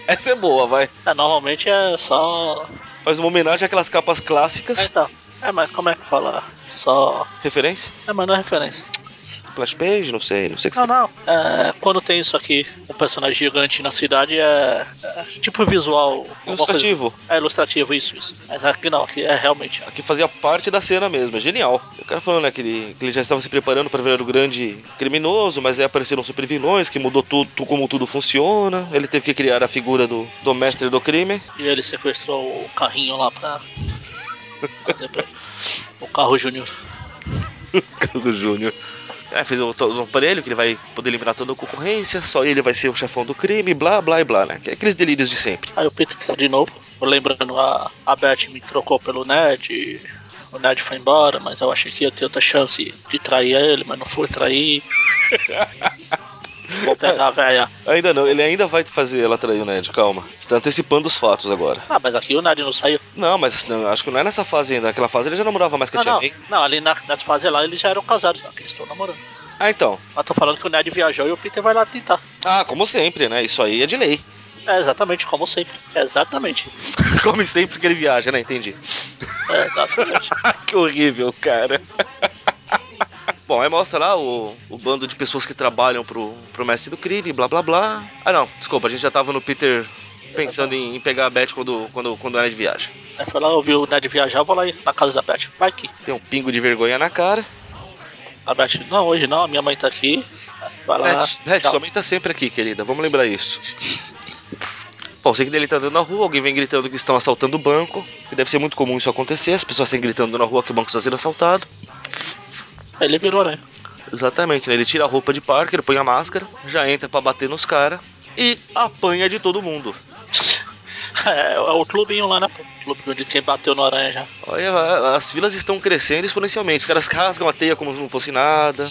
S4: Essa é boa, vai.
S3: É, normalmente é só.
S4: Faz uma homenagem àquelas capas
S3: É,
S4: clássicas.
S3: então. É, mas como é que fala? Só.
S4: Referência?
S3: É, mas não é referência.
S4: Splash page? Não sei, não sei o que
S3: Não, não. É, quando tem isso aqui, um personagem gigante na cidade, é, é tipo visual. alguma coisa-
S4: Ilustrativo.
S3: É ilustrativo, isso, isso. Mas aqui não, aqui é realmente.
S4: que fazia parte da cena mesmo, é genial. O cara falando né, que, ele, que ele já estava se preparando para virar o grande criminoso, mas aí apareceram super vilões, que mudou tudo, tu- como tudo funciona. Ele teve que criar a figura do, do mestre do crime.
S3: E ele sequestrou o carrinho lá pra. fazer pra- o carro Júnior.
S4: do Júnior. É, fez o, to- o aparelho que ele vai poder eliminar toda a concorrência, só ele vai ser o chefão do crime, blá blá e blá, né? Que é Aqueles delírios de sempre.
S3: Aí o Peter tá de novo. Lembrando, a, a Beth me trocou pelo Ned. e O Ned foi embora, mas eu achei que ia ter outra chance de trair ele, mas não foi trair. Vou pegar a velha.
S4: Ainda não, ele ainda vai fazer ela trair o Ned, calma. Você tá antecipando os fatos agora.
S3: Ah, mas aqui o Ned não saiu.
S4: Não, mas não, acho que não é nessa fase ainda. Naquela fase ele já namorava mais que a
S3: Ah,
S4: Tia
S3: não,
S4: May.
S3: não, ali na, nessa fase lá eles já eram casados. Aqui eles estão namorando.
S4: Ah, então.
S3: Mas tô falando que o Ned viajou e o Peter vai lá tentar.
S4: Ah, como sempre, né? Isso aí é de lei.
S3: É exatamente como sempre. É exatamente.
S4: Come sempre que ele viaja, né? Entendi.
S3: É exatamente.
S4: que horrível, cara. Bom, aí mostra lá o, o bando de pessoas que trabalham pro, pro mestre do crime, blá blá blá. Ah não, desculpa, a gente já tava no Peter pensando em, em pegar a Beth quando, quando, quando era de viagem.
S3: Aí É, foi lá, eu vi o Ned viajar, eu vou lá na casa da Beth. Vai aqui.
S4: Tem um pingo de vergonha na cara.
S3: A Beth, não, hoje não, a minha mãe tá aqui. Vai lá.
S4: Beth, Beth
S3: tchau.
S4: sua mãe tá sempre aqui, querida, vamos lembrar isso. Bom, sei que ele tá andando na rua, alguém vem gritando que estão assaltando o banco. Que deve ser muito comum isso acontecer, as pessoas saem gritando na rua que o banco está sendo assaltado.
S3: Aí ele virou, né?
S4: Exatamente, né? Ele tira a roupa de Parker, põe a máscara, já entra pra bater nos caras e apanha de todo mundo.
S3: É, é o clubinho lá, né? pô? O clubinho de quem bateu no aranha já.
S4: Olha, a- as filas estão crescendo exponencialmente. Os caras rasgam a teia como se não fosse nada,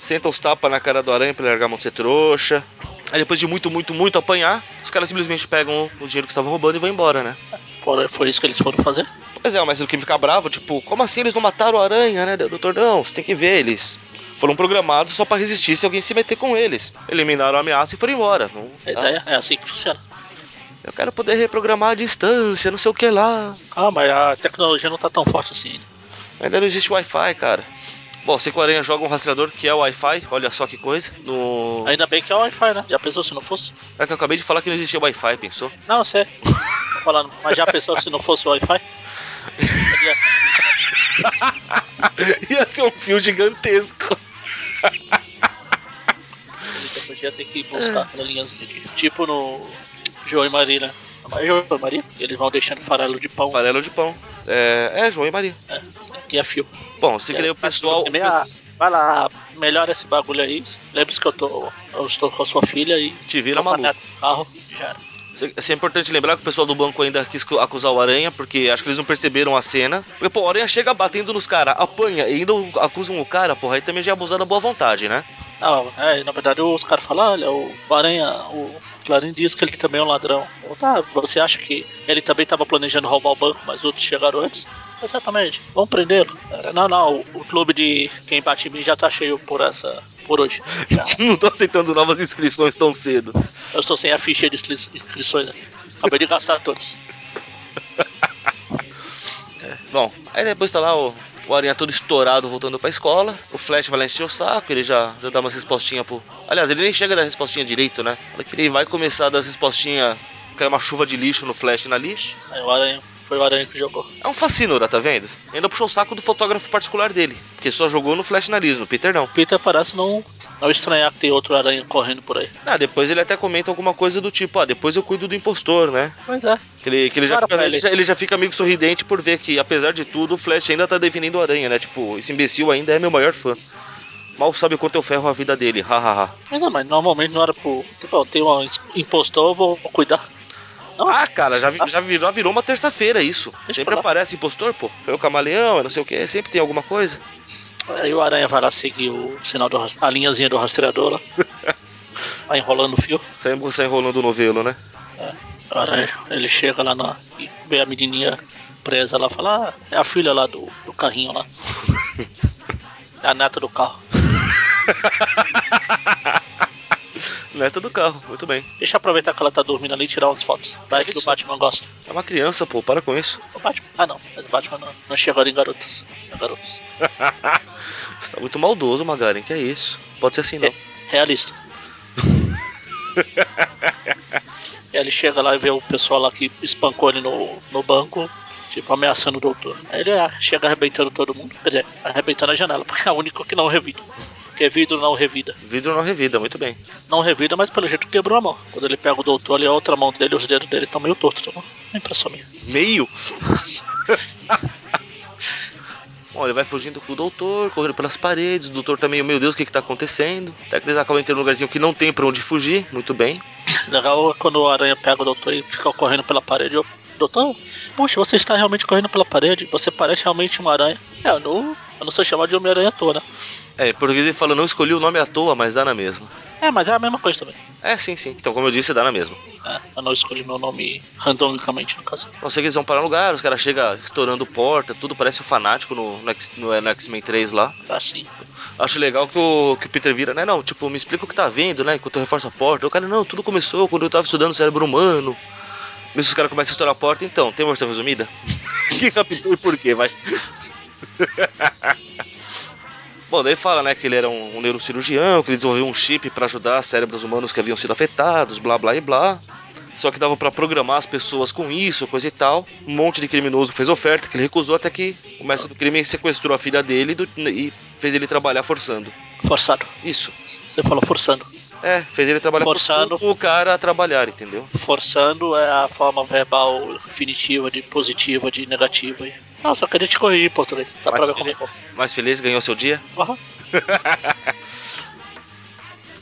S4: sentam os tapas na cara do aranha pra ele largar a mão de ser trouxa. Aí depois de muito, muito, muito apanhar, os caras simplesmente pegam o dinheiro que estavam roubando e vão embora, né?
S3: Foi, foi isso que eles foram fazer.
S4: Pois é, mas o que fica bravo, tipo, como assim eles não mataram o aranha, né, doutor? Não, você tem que ver, eles foram programados só pra resistir se alguém se meter com eles. Eliminaram a ameaça e foram embora. Não,
S3: A ideia é assim que funciona.
S4: Eu quero poder reprogramar a distância, não sei o que lá.
S3: Ah, mas a tecnologia não tá tão forte assim ainda.
S4: Ainda não existe Wi-Fi, cara. Bom, sei que o Aranha joga um rastreador que é Wi-Fi, olha só que coisa. No.
S3: Ainda bem que é Wi-Fi, né? Já pensou se não fosse?
S4: É que eu acabei de falar que não existia Wi-Fi, pensou?
S3: Não, eu sei. Tô falando, mas já pensou se não fosse Wi-Fi? Seria-
S4: Ia ser um fio gigantesco.
S3: Ele podia ter que buscar aquela linhazinha de. Tipo no João e Maria, né? Mas João e Maria, eles vão deixando farelo de pão né?
S4: Farelo de pão. É, é, João e Maria.
S3: que é fio.
S4: Bom, sei que daí o pessoal.
S3: Primeiro, ah, Vai lá, melhora esse bagulho aí. Lembre-se que eu tô. Eu estou com a sua filha e.
S4: Te vira
S3: Tô com a
S4: maluco.
S3: neta no carro. Já era.
S4: Isso é importante lembrar que o pessoal do banco ainda quis acusar o Aranha, porque acho que eles não perceberam a cena. Porque, pô, o Aranha chega batendo nos caras, apanha e ainda acusam o cara, porra, aí também já é abusar da boa vontade, né?
S3: Não, é, na verdade os caras falam, "Ah, olha, o Aranha, o Clarim diz que ele também é um ladrão. Eu, tá, você acha que ele também estava planejando roubar o banco, mas outros chegaram antes? Exatamente, vamos prendê-lo. É, Não, não, o, o clube de quem bate em mim já tá cheio por essa. por hoje. Já.
S4: não tô aceitando novas inscrições tão cedo.
S3: Eu estou sem a ficha de inscri- inscrições aqui. Acabei de gastar todas.
S4: Bom, aí depois tá lá o, o Aranha todo estourado voltando pra escola. O Flash vai lá encher o saco, ele já, já dá umas respostinhas pro. Aliás, ele nem chega a dar respostinha direito, né? Fala que ele vai começar a dar as respostinhas. Cai uma chuva de lixo no Flash e na Liz.
S3: Aí o Aranha, foi o Aranha que jogou.
S4: É um fascínora, tá vendo? Ele Ainda puxou o saco do fotógrafo particular dele, porque só jogou no Flash e na Liz, no Peter não.
S3: Peter parece não, não estranhar que tem outro Aranha correndo por aí.
S4: Ah, depois ele até comenta alguma coisa do tipo, ah, depois eu cuido do impostor, né?
S3: Pois é.
S4: Que ele, que ele, já,
S3: Claro,
S4: fica,
S3: pra
S4: ele,
S3: ele.
S4: já, ele já fica amigo sorridente por ver que, apesar de tudo, o Flash ainda tá defendendo o Aranha, né? Tipo, esse imbecil ainda é meu maior fã. Mal sabe o quanto eu ferro a vida dele, hahaha.
S3: Mas não, é, mas normalmente não era pro. Tipo, tem um impostor, eu vou cuidar.
S4: Ah, cara, já, vi- já, virou, já virou uma terça-feira isso.
S3: eu
S4: Sempre
S3: falar.
S4: aparece impostor, pô. Foi o camaleão, eu não sei o que, sempre tem alguma coisa.
S3: Aí o aranha vai lá seguir o sinal do ras- a linhazinha do rastreador lá. Vai enrolando o fio.
S4: Sai, sai enrolando o novelo, né?
S3: O aranha, ele chega lá na, e vê a menininha presa lá e fala: ah, é a filha lá do, do carrinho lá. É a neta do carro.
S4: Neta do carro, muito bem.
S3: Deixa eu aproveitar que ela tá dormindo ali e tirar umas fotos. Vai que o
S4: Isso.
S3: Batman gosta.
S4: É uma criança, pô, para com isso.
S3: O Batman. Ah não, mas o Batman não, não chegou em garotos. Não, garotos.
S4: Você tá muito maldoso, Magaren, que é isso? Pode ser assim, não.
S3: Realista. e aí ele chega lá e vê o pessoal lá que espancou ele no, no banco. Tipo, ameaçando o doutor. Aí ele ah, chega arrebentando todo mundo. Quer dizer, arrebentando a janela, porque é a única que não revida. Porque vidro não revida.
S4: Vidro não revida, muito bem.
S3: Não revida, mas pelo jeito quebrou a mão. Quando ele pega o doutor ali, a outra mão dele, os dedos dele estão meio tortos. Tá bom? É impressão minha.
S4: Meio? Bom, ele vai fugindo com o doutor, correndo pelas paredes. O doutor tá meio, meu Deus, o que que tá acontecendo? Até que eles acabam entrando num lugarzinho que não tem pra onde fugir, muito bem.
S3: Legal é quando o aranha pega o doutor e fica correndo pela parede. Eu, doutor, poxa, você está realmente correndo pela parede? Você parece realmente uma aranha. É, eu não, eu não sou chamado de Homem-Aranha à toa, né?
S4: É, em português ele fala, não escolhi o nome à toa, mas dá na mesma.
S3: É, mas é a mesma coisa também.
S4: É, sim, sim. Então, como eu disse, dá na mesma.
S3: É, eu não escolhi meu nome randomicamente, no caso.
S4: Não sei que eles vão parar no lugar, os caras chegam estourando porta, tudo parece um fanático no, no, X- no- no X-Men 3 lá.
S3: Assim.
S4: Acho legal que o, que o Peter vira, né? Não, tipo, me explica o que tá vendo, né? Enquanto eu reforço a porta. O cara, não, tudo começou quando eu tava estudando o cérebro humano. Mas os caras começam a estourar a porta, então, tem uma versão resumida? Quem captou e por quê, vai? Bom, daí fala, né, que ele era um, um neurocirurgião, que ele desenvolveu um chip pra ajudar cérebros humanos que haviam sido afetados, blá blá e blá. Só que dava pra programar as pessoas com isso, coisa e tal. Um monte de criminoso fez oferta que ele recusou até que o mestre do crime sequestrou a filha dele e do- e fez ele trabalhar forçando.
S3: Forçado.
S4: Isso.
S3: Você falou forçando.
S4: É, fez ele trabalhar
S3: Forçado.
S4: forçando o cara a trabalhar, entendeu?
S3: Forçando é a forma verbal infinitiva de positiva, de negativa. Não, só queria te corrigir em português. Só pra ver como é que
S4: feliz, mais feliz, ganhou seu dia?
S3: é. Aham.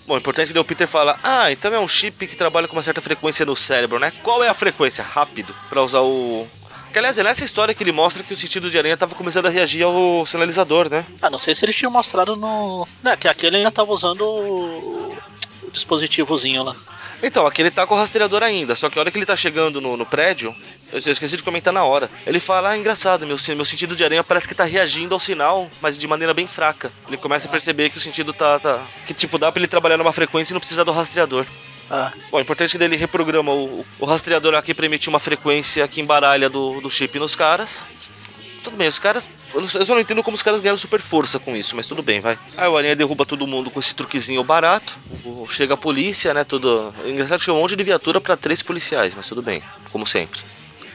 S4: Bom, o importante é que o Peter fala: Ah, então é um chip que trabalha com uma certa frequência no cérebro, né? Qual é a frequência? Rápido, pra usar o. Que, aliás, é nessa história que ele mostra que o sentido de aranha tava começando a reagir ao sinalizador, né?
S3: Ah, não sei se eles tinham mostrado no. Né, que aquele ainda tava usando o, o dispositivozinho lá.
S4: Então, aqui ele tá com o rastreador ainda, só que a hora que ele tá chegando no, no prédio, eu, eu esqueci de comentar na hora. Ele fala, ah, engraçado, meu, sen- meu sentido de aranha parece que tá reagindo ao sinal, mas de maneira bem fraca. Ele começa a perceber que o sentido tá. tá- que tipo, dá pra ele trabalhar numa frequência e não precisar do rastreador.
S3: Ah,
S4: Bom, o importante é que daí ele reprograma o, o rastreador aqui pra emitir uma frequência que embaralha do, do chip nos caras. Tudo bem, os caras. Eu não- eu só não entendo como os caras ganharam super força com isso, mas tudo bem, vai. Aí o Aranha derruba todo mundo com esse truquezinho barato. O- Chega a polícia, né? Tudo. é Engraçado que chegou um monte de viatura pra três policiais, mas tudo bem, como sempre.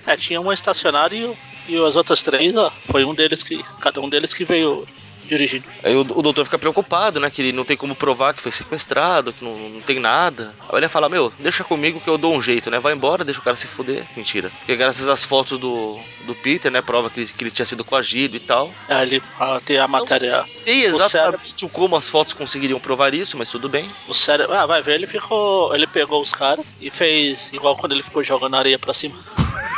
S3: é, tinha um estacionário e o- e, as outras três, ó, foi um deles que. Cada um deles que veio dirigindo.
S4: Aí o, o doutor fica preocupado, né? Que ele não tem como provar que foi sequestrado, que não, não tem nada. Aí ele fala, meu, deixa comigo que eu dou um jeito, né? Vai embora, deixa o cara se fuder. Mentira. Porque graças às fotos do, do Peter, né? Prova que ele, que ele tinha sido coagido e tal.
S3: Aí ele ah, tem a matéria.
S4: Não sei
S3: o
S4: exatamente como as fotos conseguiriam provar isso, mas tudo bem.
S3: O cérebro. Ah, vai ver, ele ficou. Ele pegou os caras e fez igual quando ele ficou jogando areia pra cima.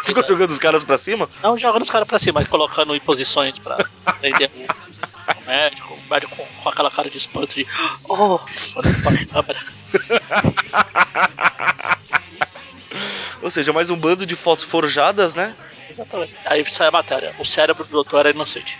S4: Ficou jogando os caras pra cima?
S3: Não jogando os caras pra cima, mas colocando em posições pra prender o, o médico, o médico com, com aquela cara de espanto de. Oh! Olhando pra câmera.
S4: Ou seja, mais um bando de fotos forjadas, né?
S3: Exatamente. Aí sai a matéria. O cérebro do doutor era inocente.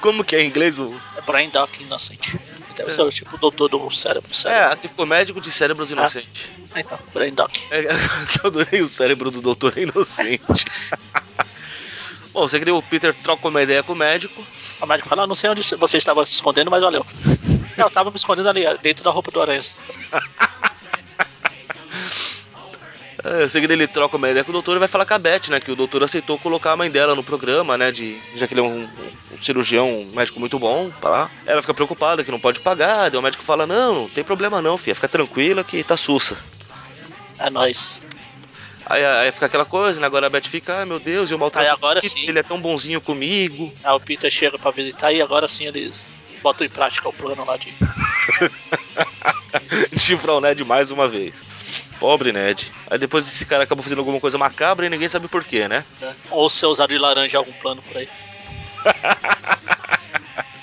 S4: Como que é em inglês o.
S3: É Brian Dock inocente. Deve ser o tipo o doutor do cérebro.
S4: É,
S3: cérebro.
S4: aqui ficou médico de cérebros inocentes.
S3: É. Então, Brian Dock.
S4: É, eu adorei o cérebro do doutor inocente. Bom, você que o Peter troca uma ideia com o médico.
S3: O médico fala, "Ah, não sei onde você estava se escondendo, mas valeu. Não, eu tava me escondendo ali, dentro da roupa do aranha.
S4: É, Eu sei que ele troca uma ideia com o doutor e vai falar com a Beth, né? Que o doutor aceitou colocar a mãe dela no programa, né? De, já que ele é um, um cirurgião, um médico muito bom, pá lá. Ela fica preocupada que não pode pagar. Daí o médico fala: Não, não tem problema não, filha. Fica tranquila que tá sussa.
S3: É nóis.
S4: Aí, aí fica aquela coisa, né? Agora a Beth fica: Ai meu Deus, eu maltrato.
S3: Aí agora
S4: ele,
S3: sim.
S4: Ele é tão bonzinho comigo.
S3: Aí o Peter chega pra visitar e agora sim eles botam em prática o plano lá de.
S4: Chifrar o Ned mais uma vez. Pobre Ned. Aí depois esse cara acaba fazendo alguma coisa macabra e ninguém sabe porquê, né?
S3: Ou se usar de laranja algum plano por aí.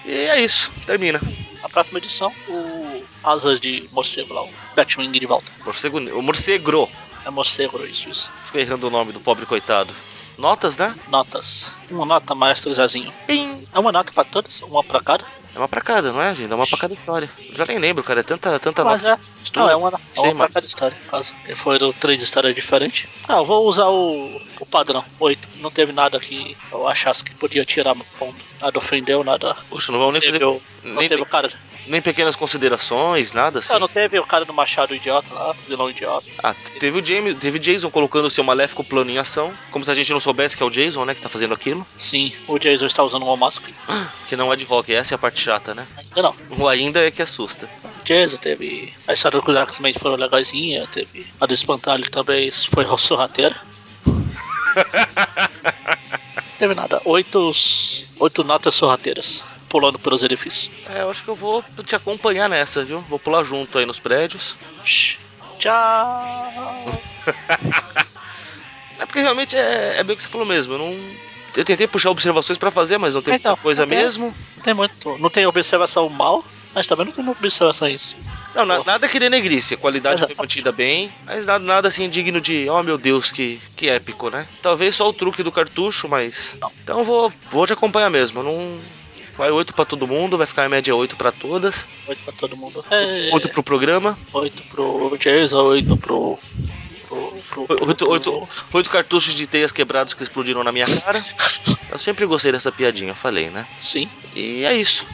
S4: E é isso, termina.
S3: Na próxima edição, o Asas de Morcego lá, o Batwing de volta.
S4: Morcego, o morcegro.
S3: É morcego, isso, isso.
S4: Fiquei errando o nome do pobre coitado. Notas, né?
S3: Notas. Uma nota, maestro Zezinho.
S4: Pim.
S3: É uma nota pra todos, uma pra cada.
S4: É uma pra cada, não é, gente? É uma pra cada história. Eu já nem lembro, cara. É tanta, tanta
S3: Mas
S4: nota.
S3: é. Não, é uma, é
S4: Sem
S3: uma pra
S4: mais.
S3: cada história, no caso. Porque Foram três histórias diferentes. Ah, eu vou usar o, o padrão. Oito. Não teve nada que eu achasse que podia tirar meu ponto. Nada ofendeu, nada.
S4: Poxa, não vamos nem fazer.
S3: Teve o- não
S4: nem-
S3: teve o cara.
S4: Nem pequenas considerações, nada assim.
S3: Ah, não teve o cara do Machado idiota lá, vilão idiota.
S4: Ah, teve o James, teve o Jason colocando o seu maléfico plano em ação, como se a gente não soubesse que é o Jason, né, que tá fazendo aquilo.
S3: Sim, o Jason está usando uma máscara.
S4: Que não é de rock, essa é a parte chata, né?
S3: Ainda não.
S4: O ainda é que assusta.
S3: Jason teve. A história do Drax também foram legalzinha. Teve a do Espantalho também foi sorrateira. teve nada. Oito, oito notas sorrateiras pulando pelos edifícios.
S4: É, eu acho que eu vou te acompanhar nessa, viu? Vou pular junto aí nos prédios.
S3: Shhh. Tchau!
S4: É porque realmente é, é bem o que você falou mesmo. Eu não. Eu tentei puxar observações pra fazer, mas não tem
S3: Então,
S4: muita coisa
S3: até-
S4: mesmo.
S3: Não tem muito. Não tem observação mal, mas também não tem observações.
S4: Não, na-
S3: Pô.
S4: nada que denegrisse. A qualidade
S3: Exato.
S4: foi mantida bem, mas nada, nada assim digno de, oh meu Deus, que, que épico, né? Talvez só o truque do cartucho, mas. Então eu vou, vou te acompanhar mesmo. eu Não. Vai 8 pra todo mundo, vai ficar em média 8 pra todas.
S3: Oito pra todo mundo. É,
S4: 8 pro programa.
S3: oito pro Jason, oito pro. pro, pro, pro,
S4: 8,
S3: pro-
S4: 8, 8 cartuchos de teias quebrados que explodiram na minha cara. Eu sempre gostei dessa piadinha, eu falei, né?
S3: Sim,
S4: E é isso.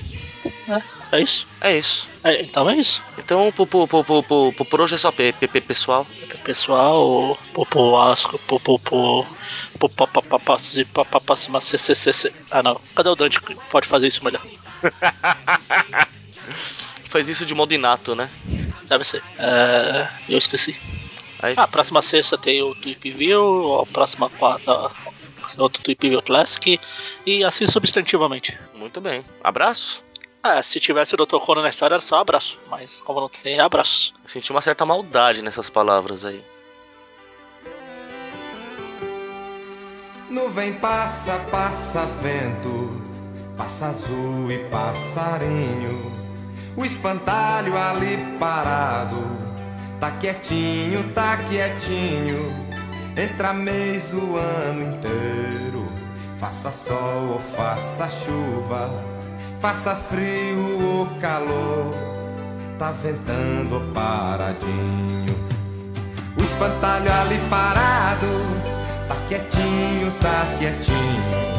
S3: é isso.
S4: É isso.
S3: É, então é isso.
S4: Então, por, por, por, por, por, por hoje é só P, P, P, pessoal.
S3: pessoal, popo asco, popo popo ah não, cadê o Dante que pode fazer isso melhor?
S4: Faz isso de modo inato, né?
S3: Deve ser. É, eu esqueci.
S4: Aí,
S3: Ah, próxima sexta tem o Tweep View, a próxima quarta outro Tweep View Classic e assim substantivamente.
S4: muito bem. Abraços.
S3: Ah, se tivesse o Dr. Conan na história era só abraço, mas como não tem, é abraço.
S4: Senti uma certa maldade nessas palavras aí.
S1: Nuvem passa, passa vento, passa azul e passarinho. O espantalho ali parado, tá quietinho, tá quietinho. Entra mês o ano inteiro, faça sol ou faça chuva, faça frio ou calor, tá ventando ou paradinho. O espantalho ali parado, tá quietinho, tá quietinho.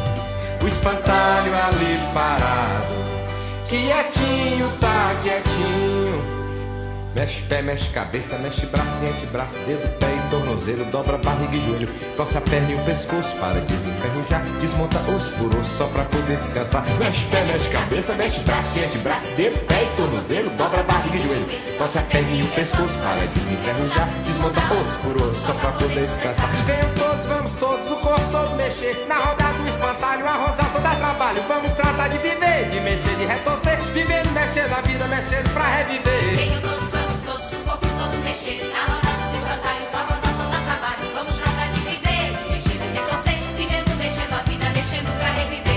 S1: O espantalho ali parado, quietinho, tá quietinho. Mexe pé, mexe cabeça, mexe braço e antebraço, dedo, pé e tornozelo, dobra barriga e joelho, torce a perna e o pescoço para desenferrujar, desmonta osso por osso só pra poder descansar. Mexe pé, mexe cabeça, mexe braço e antebraço, dedo, pé e tornozelo, dobra barriga e joelho, torce a perna e o pescoço para desenferrujar, desmonta osso por osso só pra poder descansar. Venham todos, vamos todos, o corpo todo mexer, na rodada do espantalho, a rosação dá trabalho, vamos tratar de viver, de mexer, de retorcer, vivendo, mexendo a vida, mexendo pra reviver.
S6: Venham todos, vamos todos, o corpo todo mexer. Na rodada se espantalho, só rosa, só dá trabalho. Vamos tratar de viver, de mexer, de retorcer. Vivendo, mexendo a vida, mexendo pra reviver.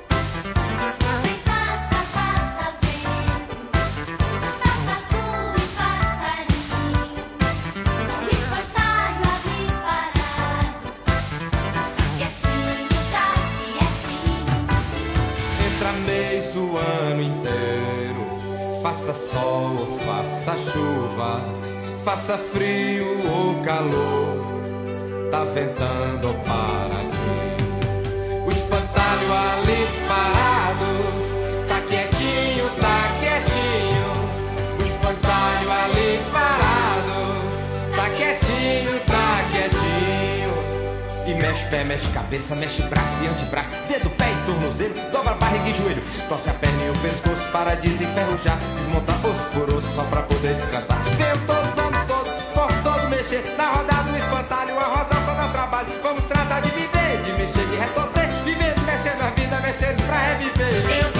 S7: Nuvem passa, passa vento, passa azul e passarinho. O espantalho ali parado, tá quietinho, tá quietinho.
S1: Entra mês o ano inteiro, faça sol ou faça chuva, faça frio ou calor, tá ventando ou paradinho. O espantalho ali parado, tá quietinho, tá quietinho. O espantalho ali parado, tá quietinho, tá quietinho. E mexe pé, mexe cabeça, mexe braço e antebraço, dedo, pé e tornozelo, dobra barriga e joelho, torce a perna e o pescoço para desenferrujar, desmonta osso por osso só pra poder descansar. Venham todos, vamos todos, mexer. Na rodada do espantalho, a rosa só dá trabalho. Vamos tratar de viver, de mexer, de resolver. Vivendo, mexendo a vida, mexendo pra reviver.
S2: Eu tô